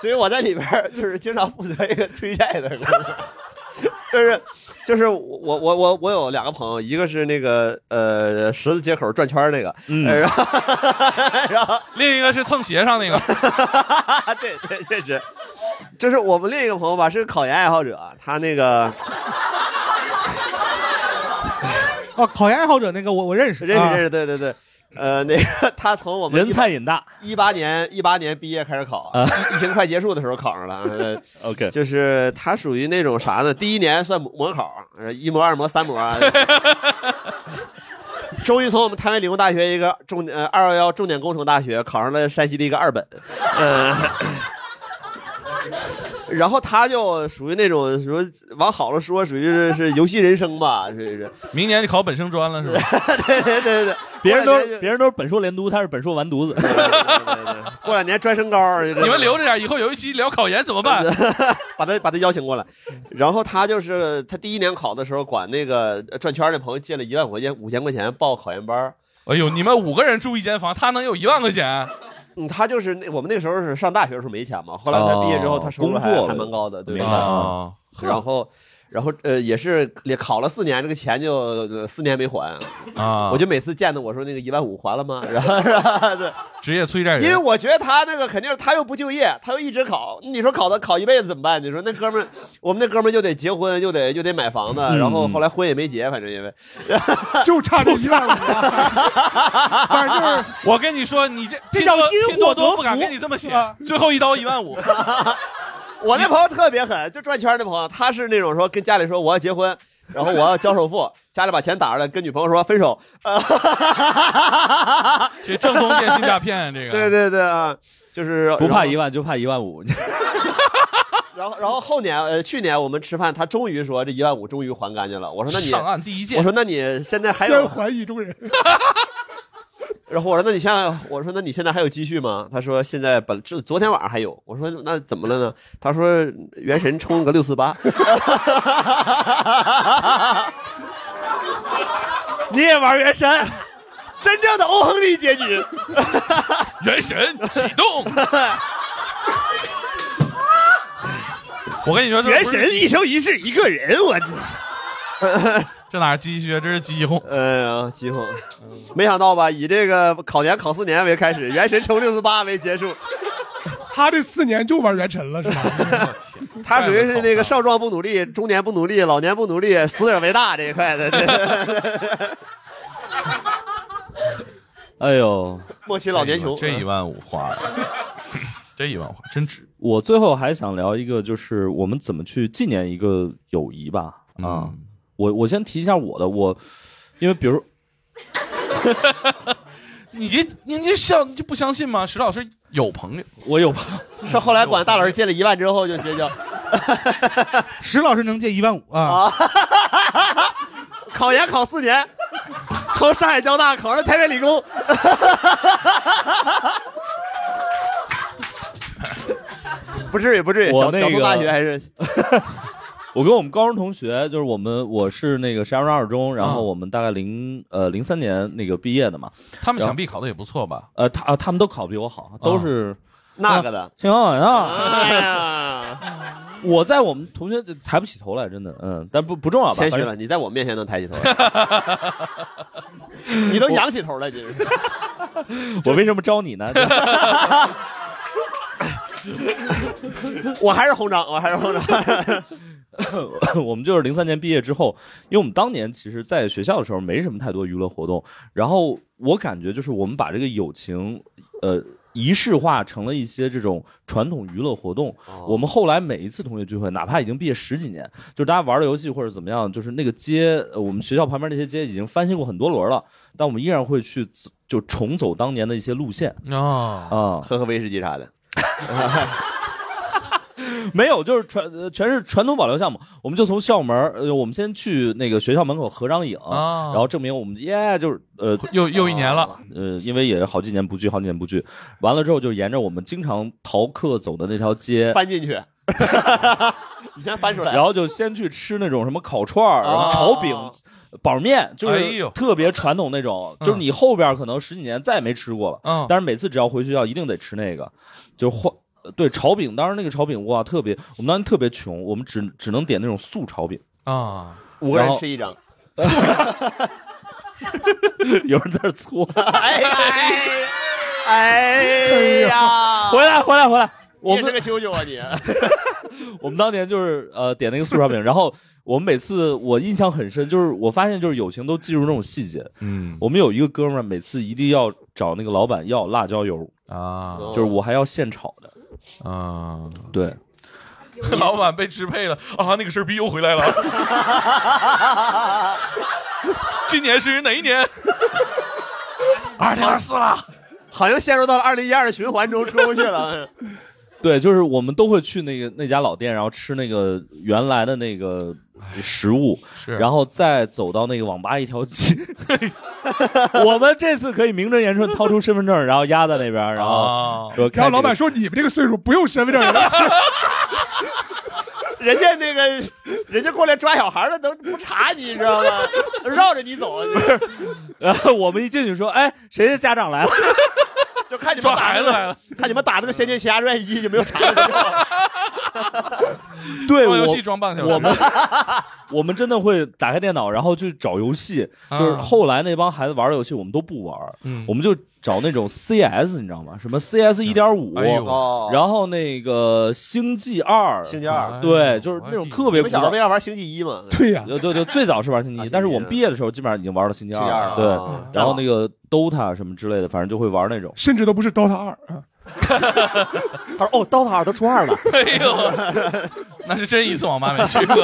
所以我在里边儿就是经常负责一个催债的工作，就是就是我我我我有两个朋友，一个是那个呃十字街口转圈儿那个，嗯呃 然后然后另一个是蹭鞋上那个，对对，确实，就是我们另一个朋友吧，是个考研爱好者，他那个哦，考研爱好者那个我我认识，认识啊认识，对对对，呃，那个他从我们人菜瘾大，啊一八年一八年毕业开始考，疫疫情快结束的时候考上 了。 OK，就是他属于那种啥呢？第一年算模考，呃一模二模三 模啊，终于从我们摊位理工大学一个重呃二幺幺重点工程大学考上了山西的一个二本，嗯、然后他就属于那种说往好了说，属于是是游戏人生吧，属于是。明年就考本升专了是吧？ 对对对对，别人都别人都是本硕连读，他是本硕完犊子。过两年专升高，啊你你们留着点，以后有一期聊考研怎么办？ 把他把他邀请过来，然后他就是他第一年考的时候，管那个呃转圈儿那朋友借了一万块钱，五千块钱报考研班儿。哎呦，你们五个人住一间房，他能有一万块钱？嗯，他就是那我们那时候是上大学的时候没钱嘛， 后来他毕业哦之后，他收入还哦工作了还蛮高的，对明白吧啊？然后。然后呃也是也考了四年，这个钱就呃四年没还啊我就每次见他，我说那个一万五还了吗？ 然后然后对，职业催债人，因为我觉得他那个肯定是他又不就业，他又一直考，你说考他考一辈子怎么办？你说那哥们儿，我们那哥们儿就得结婚，又得又得买房子，嗯然后后来婚也没结，反正因为就差这一万 五，反正就是我跟你说，你这这拼叫多因祸拼多得多福不敢跟你这么写是吧，最后一刀一万五。 我那朋友特别狠，就转圈儿那朋友，他是那种说跟家里说我要结婚，然后我要交首付， 家里把钱打出来，跟女朋友说分手， 这正宗电信诈骗，这个对对对啊，就是 不怕然后一万就怕一万五， 然后，然后后年，呃，去年我们吃饭，他终于说这一万五终于还干净了。我说那你上岸第一箭我说那你现在还有先还意中 人。然后我说：“那你现在，我说那你现在还有积蓄吗？”他说：“现在本这昨天晚上还有。”我说：“那怎么了呢？”他说：“元神充了个六四八。你也玩原神？”真正的欧亨利结局，原神启动。我跟你说，这元不是神一生一世一个人，我这。 这哪是鸡血，这是鸡哄。哎呀，鸡哄！没想到吧，以这个考研考四年为开始，元神充六四八为结束。他这四年就玩原神了是吧？他属于是那个少壮不努力，中年不努力，老年不努力，死者为大这一块的。哎呦，莫欺老年穷这一万五花 了，这一万五花真值。我最后还想聊一个，就是我们怎么去纪念一个友谊吧。嗯啊，我我先提一下我的，我因为比如 你这你这像你就不相信吗？石老师有朋友，我有朋是后来管大老师借了一万之后就绝 交。石老师能借一万五啊？考研考四年，从上海交大考上台北理 工。不至于，不至于，我交那交通个大学还是 我跟我们高中同学，就是我们我是那个石家庄二中，啊然后我们大概零呃零三年那个毕业的嘛。他们然后想必考的也不错吧？呃，他啊他们都考比我好，都是啊那个的。挺好的。哎呀， 我在我们同学抬不起头来，真的，嗯，但不不重要吧？谦虚反正了，你在我面前能抬起头来， 你都仰起头来，你这是。我为什么招你呢？我还是红掌，我还是红 掌。 我们就是零三年毕业之后，因为我们当年其实，在学校的时候没什么太多娱乐活动，然后我感觉就是我们把这个友情，呃。仪式化成了一些这种传统娱乐活动。我们后来每一次同学聚会，哪怕已经毕业十几年，就是大家玩的游戏或者怎么样，就是那个街，呃我们学校旁边那些街已经翻新过很多轮了，但我们依然会去走就重走当年的一些路线。哦，啊，喝喝威士忌啥的。 没有，就是传呃全是传统保留项目。我们就从校门儿，呃，我们先去那个学校门口合张影，啊然后证明我们耶，就是呃，又又一年了。呃，因为也好几年不聚，好几年不聚。完了之后，就沿着我们经常逃课走的那条街翻 进去，你先翻出来。啊然后就先去吃那种什么烤串儿、然后炒饼、板儿面，就哎是呦嗯特别传统那种，就是你后边可能十几年再也没吃过了。嗯但是每次只要回学校，一定得吃那个，就换。对炒饼，当时那个炒饼哇，特别，我们当时特别穷，我们只只能点那种素炒饼，啊，五个人吃一张。 有人在这搓。哎呀，回来回来回来， 你我也们是个啾啾啊你！我们当年就是呃点那个素烧饼，然后我们每次我印象很深，就是我发现就是友情都记住那种细节。嗯，我们有一个哥们儿，每次一定要找那个老板要辣椒油啊就是我还要现炒的。啊，对， 老板被支配了啊！那个事儿逼又回来了。今年是哪一年？啊二零二四了，好像陷入到了二零一二的循环中出不去了。对，就是我们都会去那个那家老店，然后吃那个原来的那个食物，是然后再走到那个网吧一条街。 我们这次可以名正言顺掏出身份证，然后压在那边，然啊后说开然这个、后老板说：“你们这个岁数不用身份证了。 人家那个，人家过来抓小孩的都不查你，你知道吗？ 绕着你走， 然后我们一进去说，哎，谁的家长来了？就看你们打那个抓孩子来了，看你们打那个《仙剑奇侠传一》就没有查到这个。对，装游我戏装半个小时我们我们真的会打开电脑，然后去找游戏。啊就是后来那帮孩子玩的游戏，我们都不玩，嗯我们就找那种 CS，你知道吗？什么 CS 一点五哎呦哦，然后那个 星际二，星际二对，就是那种特别你古们小时候早没。要玩《星际一》吗？对呀呃对对，最早是玩星际一，但是我们毕业的时候基本上已经玩到星际啊星际二二了，了对啊。然后那个 DOTA 什么之类的，反正就会玩那种”。 甚至都不是 DOTA 二 啊，他说：“哦，刀塔二都出二了。哎呦，那是真一次网吧没去过。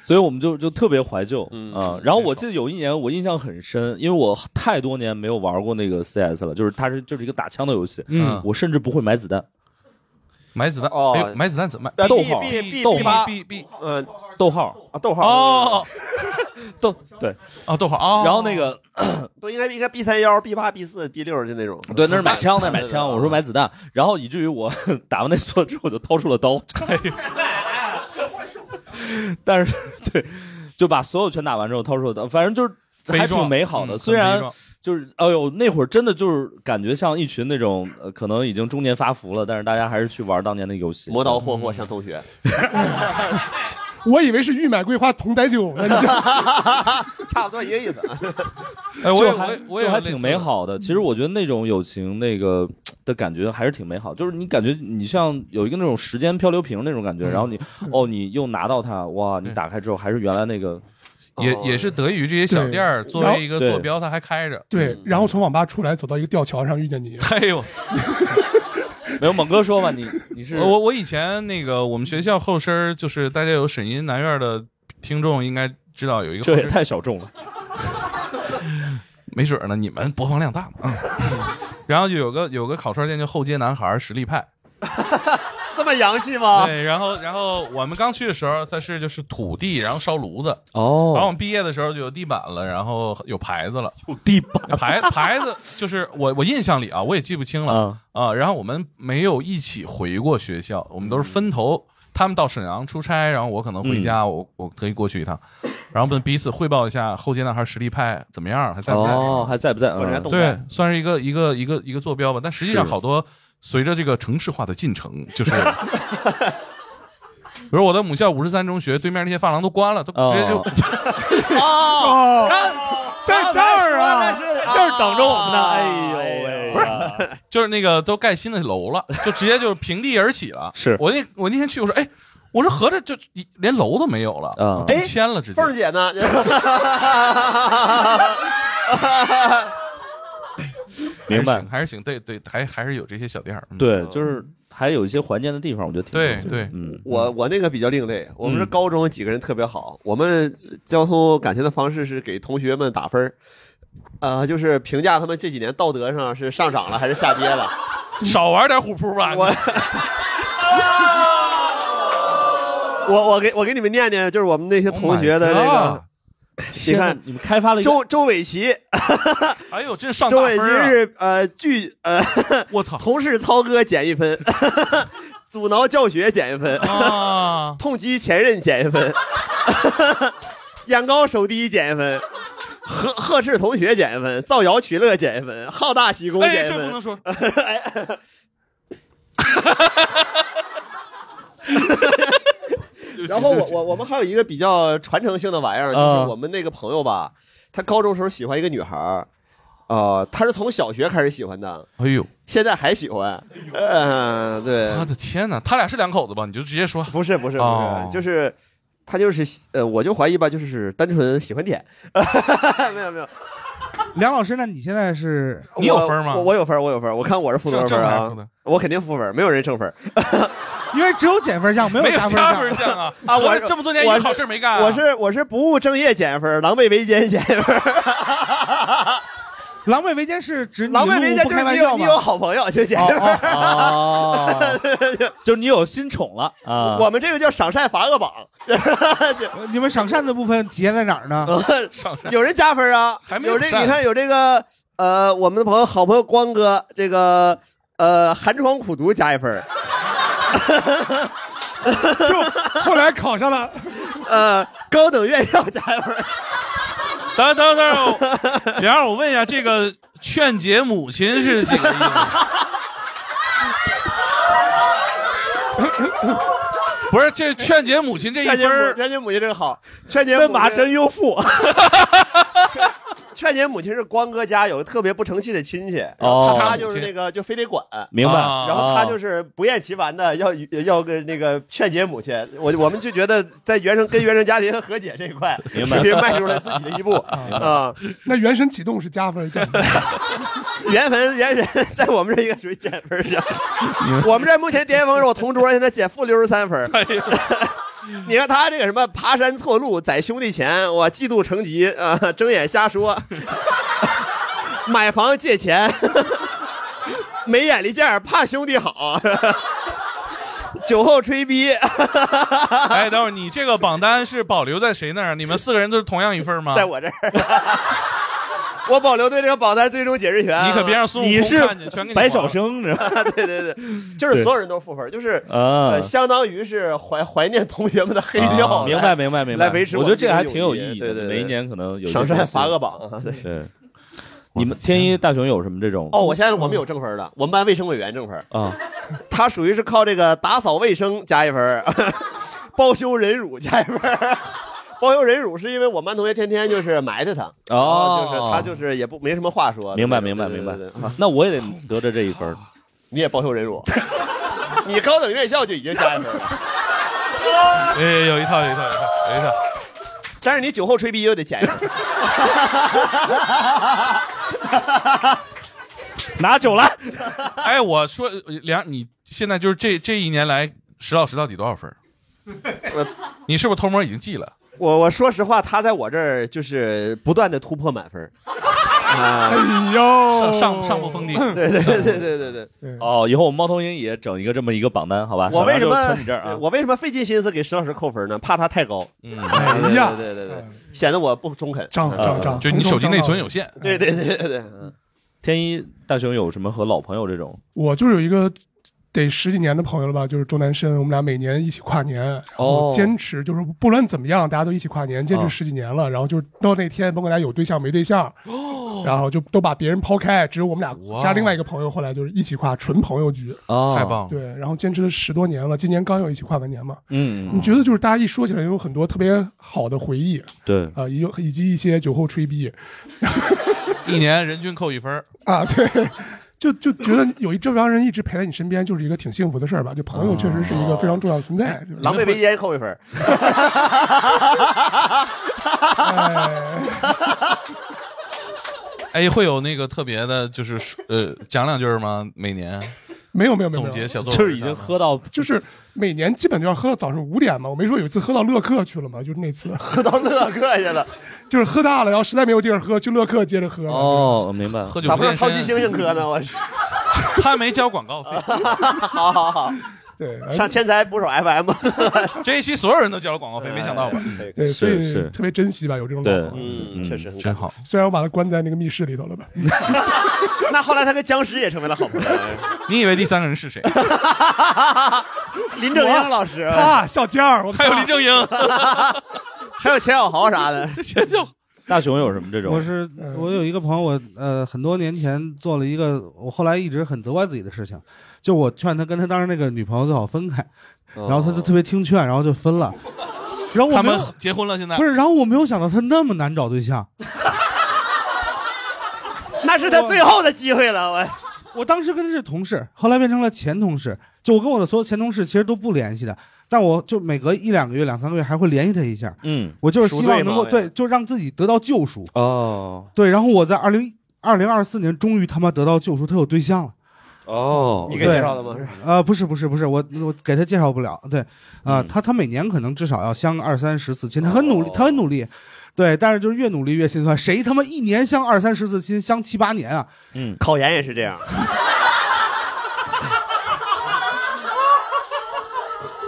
所以我们就就特别怀旧啊、嗯然后我记得有一年我印象很深，因为我太多年没有玩过那个 CS 了，就是它是就是一个打枪的游戏，嗯我甚至不会买子弹，买子弹，哦哎呦，买子弹怎么买？呃逗号哦 B B 逗 B 号八， B B 嗯，逗号啊逗号。哦逗对，哦，逗会儿哦。然后那个 都应该应该 B 三幺、B 八、B 四、B 六就那种。对那是买枪，那是买子弹枪，我说买子弹，然后以至于我 打完那梭之后我就掏出 了刀，但是对，就把所有全打完之后掏出了刀，反正就是。还悲壮挺美好的，嗯虽很然悲壮就是，哎呦，那会儿真的就是感觉像一群那种、呃、可能已经中年发福了，但是大家还是去玩当年那个游戏。磨刀霍霍向同学，我以为是欲买桂花同载酒呢。你知道吗 差不多一个意思。哎，我也就我还也我也就还有类挺似美的。嗯好的。其实我觉得那种友情那个的感觉还是挺美好，就是你感觉你像有一个那种时间漂流瓶那种感觉，嗯然后 你哦，你又拿到它，哇，你打开之后还是原来那个，也哦也是得益于这些小店儿作然后为一个对坐标，它还开着。对，然后从网吧出来，走到一个吊桥上遇见 你， 哎呦， 没有猛哥说吧，你你是我我以前那个我们学校后身儿就是大家有沈阴南院的听众应该知道有一个这后也身儿，太小众了，没准儿呢，你们播放量大嘛。啊嗯啊然后就有个有个烤串店叫后街男孩儿实力派，这么洋气吗？对，然后然后我们刚去的时候，它是就是土地，然后烧炉子，然后我哦，们毕业的时候就有地板了，然后有牌子了，有地板牌牌子就是我我印象里啊，我也记不清了啊，啊、然后我们没有一起回过学校，我们都是分头，他们到沈阳出差，然后我可能回家，我我可以过去一趟，然后我们彼此汇报一下后街男孩实力派怎么样，还在不在？哦，还在不在？我人家嗯动对漫，算是一个一个一个一个坐标吧，但实际上是好多随着这个城市化的进程，就是。比如我的母校五十三中学对面那些发廊都关了，都直接就哦哦， 在这儿啊这啊啊这儿等着我们呢，哎呦喂呀！ 就是那个都盖新的楼了，就直接就是平地而起了。是我那我那天去，我说哎，我说合着就一连楼都没有了，啊哎都迁了直接凤。儿姐呢？ 明白还是行还是行，对对，还还是有这些小店儿。嗯对，就是还有一些环建的地方，我觉得挺对好的对嗯，我我那个比较另类，我们是高中几个人特别好，我们交通感情的方式是给同学们打分儿，呃，就是评价他们这几年道德上是上涨了还是下跌了。 少玩点虎扑吧。我 我我给我给你们念念，就是我们那些同学的这 Oh 个 my， 你天哪看你们开发了一个周周伟奇， 哎呦，真上大周伟分奇儿啊！是呃剧呃， 我操，同事操哥减一分， 阻挠教学减一分，啊 痛击前任减一分， 眼高手低减 一分。呵呵斥同学减一分，造谣取乐减一分，好大喜功哎，减一这分不能， 说。然后我我我们还有一个比较传承性的玩意儿，啊就是我们那个朋友吧，他高中时候喜欢一个女孩儿，呃，他是从小学开始喜欢的，哎呦，现在还喜欢，嗯、对，我的天哎哪，他俩是两口子吧？你就直接说。不是不是不是，哦就是他就是喜呃，我就怀疑吧，就是单纯喜欢点， 没有没有，梁老师，那你现在是你有分吗我我有分儿，我有分儿，我看我是负多少分正儿正还是啊负的？我肯定负分儿，没有人正分儿。因为只有减分项，没有没有加分加分项。项啊！啊我合着这么多年一我个是好事没干啊。我是我是不务正业减分儿，狼狈为奸减分儿，狼狈为奸是指狼狈为奸不就开是玩你笑有吗哦你？有好朋友就减分儿。哦， 就是你有新宠了啊！我们这个叫赏善罚恶榜，你们赏善的部分体现在哪儿呢？上山 有人加分啊，还没有有这善你看有这个呃，我们的朋友好朋友光哥，这个呃寒窗苦读加一分儿，就后来考上了，呃高等院校加一分儿，等等等，梁儿，我问一下，这个劝解母亲是几个意思？不是，这劝解母亲这一劝分解母儿，劝解母亲这个好，劝解奔母马亲真优富 劝解母亲是光哥家有个特别不成器的亲戚，然哦后他就是那个就非得管。明白。啊然后他就是是不厌其烦的要要跟那个劝解母亲，我我们就觉得在原生跟原生家庭和解这一块，明白视频迈出了自己的一步啊。那原神启动是加分项。 原文原神在我们这一个属于减分项，我们这目前巅峰是我同桌，现在减负六十三分。哎 你看他这个什么爬山错路，在兄弟前，我嫉妒成疾啊、睁眼瞎说， 买房借钱， 没眼力见儿怕兄弟好，酒后吹逼，哎，等会儿你这个榜单是保留在谁那儿？你们四个人都是同样一份吗？在我这儿， 我保留对这个榜单最终解释权啊。你可别让孙悟空你是看见，全给你白划晓了。生，知道吗 对对对，就是所有人都负分，就是啊呃，相当于是怀怀念同学们 的黑料、啊明白明白明白。来维持我我觉得这个还们挺这个有友意义对的，对对每一年可能有白一赏些善新罚 恶榜啊，对。 对。你们天一大雄有什么这种哦，我现在我们有正分的，我们班卫生委员正分，啊？他属于是靠这个打扫卫生加一分， 包修忍辱加一分。包修忍辱是因为我们班同学天天就是埋汰他，然后就是他就是也不没什么话说。哦明白对明白对明对白对对啊。那我也得得着这一分儿。你也包修忍辱，你高等院校就已经加一分了，哎， 有一套，有一套，有一套，有一套。但是你酒后吹逼又得减一分。 拿酒来，哎，我说呃梁，你现在就是这这一年来，石老师到底多少分儿？ 你是不是偷摸已经记了？我我说实话，他在我这儿就是不断的突破满 分儿。啊，哎呦，上上上不封顶。对对对对对对，哦，以后我们猫头鹰也整一个这么一个榜单，好吧？我为什小梁么就从你这儿啊对？我为什么费尽心思给石老师扣分呢？怕他太高。嗯，哎呀，对对对对， 显得我不中肯。涨涨涨，就你手机内存有限。限。 对对对对对，嗯天一大雄有什么和老朋友这种？我就是有一个得十几年的朋友了吧，就是钟南山，我们俩每年一起跨年，然哦后坚持就是不论怎么样，大家都一起跨年，坚持十几年了，然后就是到那天，甭管俩有对象没对象，哦然后就都把别人抛开，只有我们哇俩加另外一个朋友，后来就是一起跨纯朋友局，哦，太棒了！对，然后坚持了十多年了，今年刚又一起跨完年嘛， 嗯，你觉得就是大家一说起来有很多特别好的回忆对，啊，也有以及一些酒后吹逼一年人均扣一分儿，啊，对。就就觉得有一这帮人一直陪在你身边，就是一个挺幸福的事儿吧。就朋友确实是一个非常重要的存在。就是啊狼狈为奸扣一 分儿。哎，会有那个特别的，就是呃，讲两句吗？每年 没有没有没有，总结小作文就是已经喝到，就是每年基本就要喝到早上五点嘛。我没说有一次喝到乐客去了嘛，就是那次 喝到乐客去了， 就是喝大了，然后实在没有地儿喝，去乐客接着喝。哦，明白了。喝酒咋不不让健超级身，猩猩哥呢？我去， 他没交广告费。 好好好，对，哎上天才捕手 FM。这一期所有人都交了广告费，没想到吧？对，所以是特别珍惜吧，有这种对老婆。嗯，确实真 好。虽然我把他关在那个密室里头了吧， 那后来他跟僵尸也成为了好朋友，你以为第三个人 是谁？林正英老师，他小尖儿，我还有林正英， 还有钱小豪 啥的，钱小大熊有什么这种？我是嗯我有一个朋友，我呃很多年前做了一个我后来一直很责怪自己的事情，就我劝他跟他当时那个女朋友最好分开，哦然后他就特别听劝，然后就分了。然后我他没们有结婚了，现在不是，然后我没有想到他那么难找对象， 那是他最后的机会了。我 我当时跟他是同事，后来变成了前同事。就我跟我的所有前同事其实都不联系的，但我就每隔一两个月、两三个月还会联系他一下。嗯，我就是希望能够赎罪吗对，就让自己得到救赎。哦对，然后我在二零二零二四年终于他妈得到救赎，他有对象了。哦，你给介绍的吗？呃，不是不是不是，我我给他介绍不了。对，啊、嗯他他每年可能至少要相二三十次亲，他很努哦力，他很努力。对，但是就是越努力越心酸，谁他妈一年相二三十次亲，相七八年啊？嗯，考研也是这样，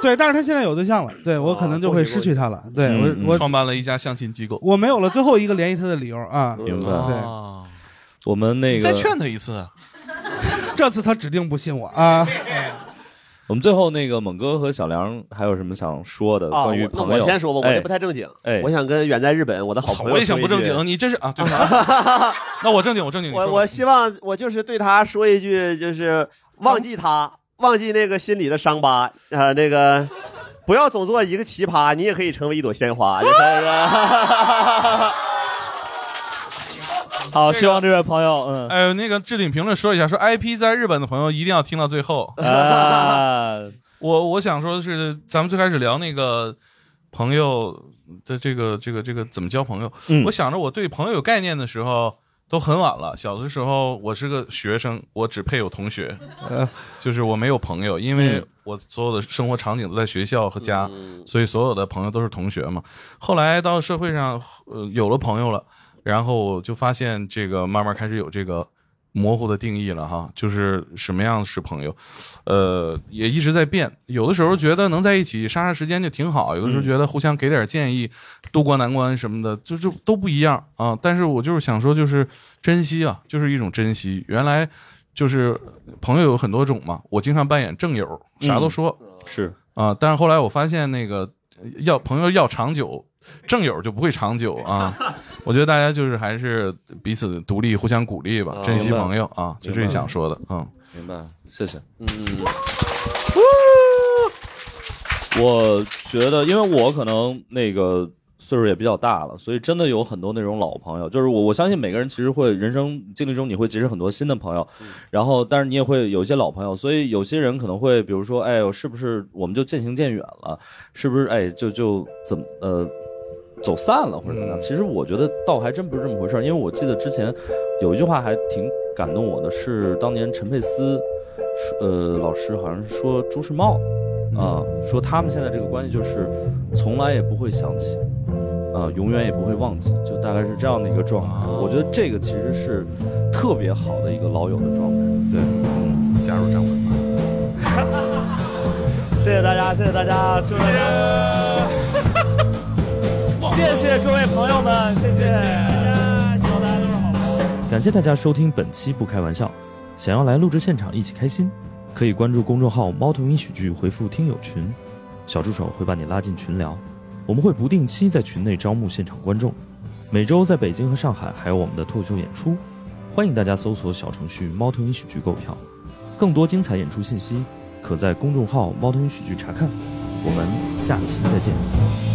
对，但是他现在有对象了，对我可能就会失去他了。对我嗯嗯我创办了一家相亲机构。我没有了最后一个联系他的理由啊。明白。对，哦啊，我们那你个再劝他一次。 这次他指定不信我啊。哎我们最后那个猛哥和小梁还有什么想说的啊，关于我那朋友？我先说吧，我这不哎太正经。哎我想跟远在日本我的好操，朋友，我也想不正经，。你这是啊？对不起 那我正经，我正经。你我说我希望我就是对他说一句，就是忘记他，忘记那个心里的伤疤，呃，那个不要总做一个奇葩，你也可以成为一朵鲜花。就是 好，希望这位朋友，嗯，哎呦，那个置顶评论说一下，说 IP 在日本的朋友一定要听到最后。 啊，我我想说的是，咱们最开始聊那个朋友的这个这个这个怎么交朋友，嗯我想着我对朋友有概念的时候都很晚了。小的时候我是个学生，我只配有同学，呃就是我没有朋友，因为嗯我所有的生活场景都在学校和家，所以所有的朋友都是同学嘛。后来到社会上，呃，有了朋友了，然后我就发现这个慢慢开始有这个模糊的定义了哈，就是什么样是朋友，呃，也一直在变。有的时候觉得能在一起杀杀时间就挺好，有的时候觉得互相给点建议，渡过难关什么的，就就都不一样啊。但是我就是想说，就是珍惜啊，就是一种珍惜。原来就是朋友有很多种嘛，我经常扮演正友，啥都说，是，啊，但是后来我发现那个呃要朋友要长久，正友就不会长久啊。 我觉得大家就是还是彼此独立，互相鼓励吧，啊珍惜明白朋友啊，就明这白想说的嗯。明白，谢谢。嗯，我觉得，因为我可能那个岁数也比较大了，所以真的有很多那种老朋友。就是我我相信每个人其实会人生经历中你会结识很多新的朋友，然后但是你也会有一些老朋友，所以有些人可能会比如说，哎呦，是不是我们就渐行渐远了？是不是哎就就怎么呃？走散了或者怎么样？其实我觉得倒还真不是这么回事儿，因为我记得之前有一句话还挺感动我的，是当年陈佩斯，呃，老师好像是说朱时茂，啊、说他们现在这个关系就是从来也不会想起，啊、永远也不会忘记，就大概是这样的一个状态。我觉得这个其实是特别好的一个老友的状态。对，嗯，加入张文。 谢谢大家，谢谢大家，祝大 家，谢谢各位朋友们，谢谢大家，希望大家都是好朋友。感谢大家收听本期《不开玩笑》，想要来录制现场一起开心，可以关注公众号“猫头鹰喜剧”，回复“听友群”，小助手会把你拉进群聊。我们会不定期在群内招募现场观众，每周在北京和上海还有我们的脱口秀演出，欢迎大家搜索小程序“猫头鹰喜剧”购票。更多精彩演出信息，可在公众号“猫头鹰喜剧”查看。我们下期再见。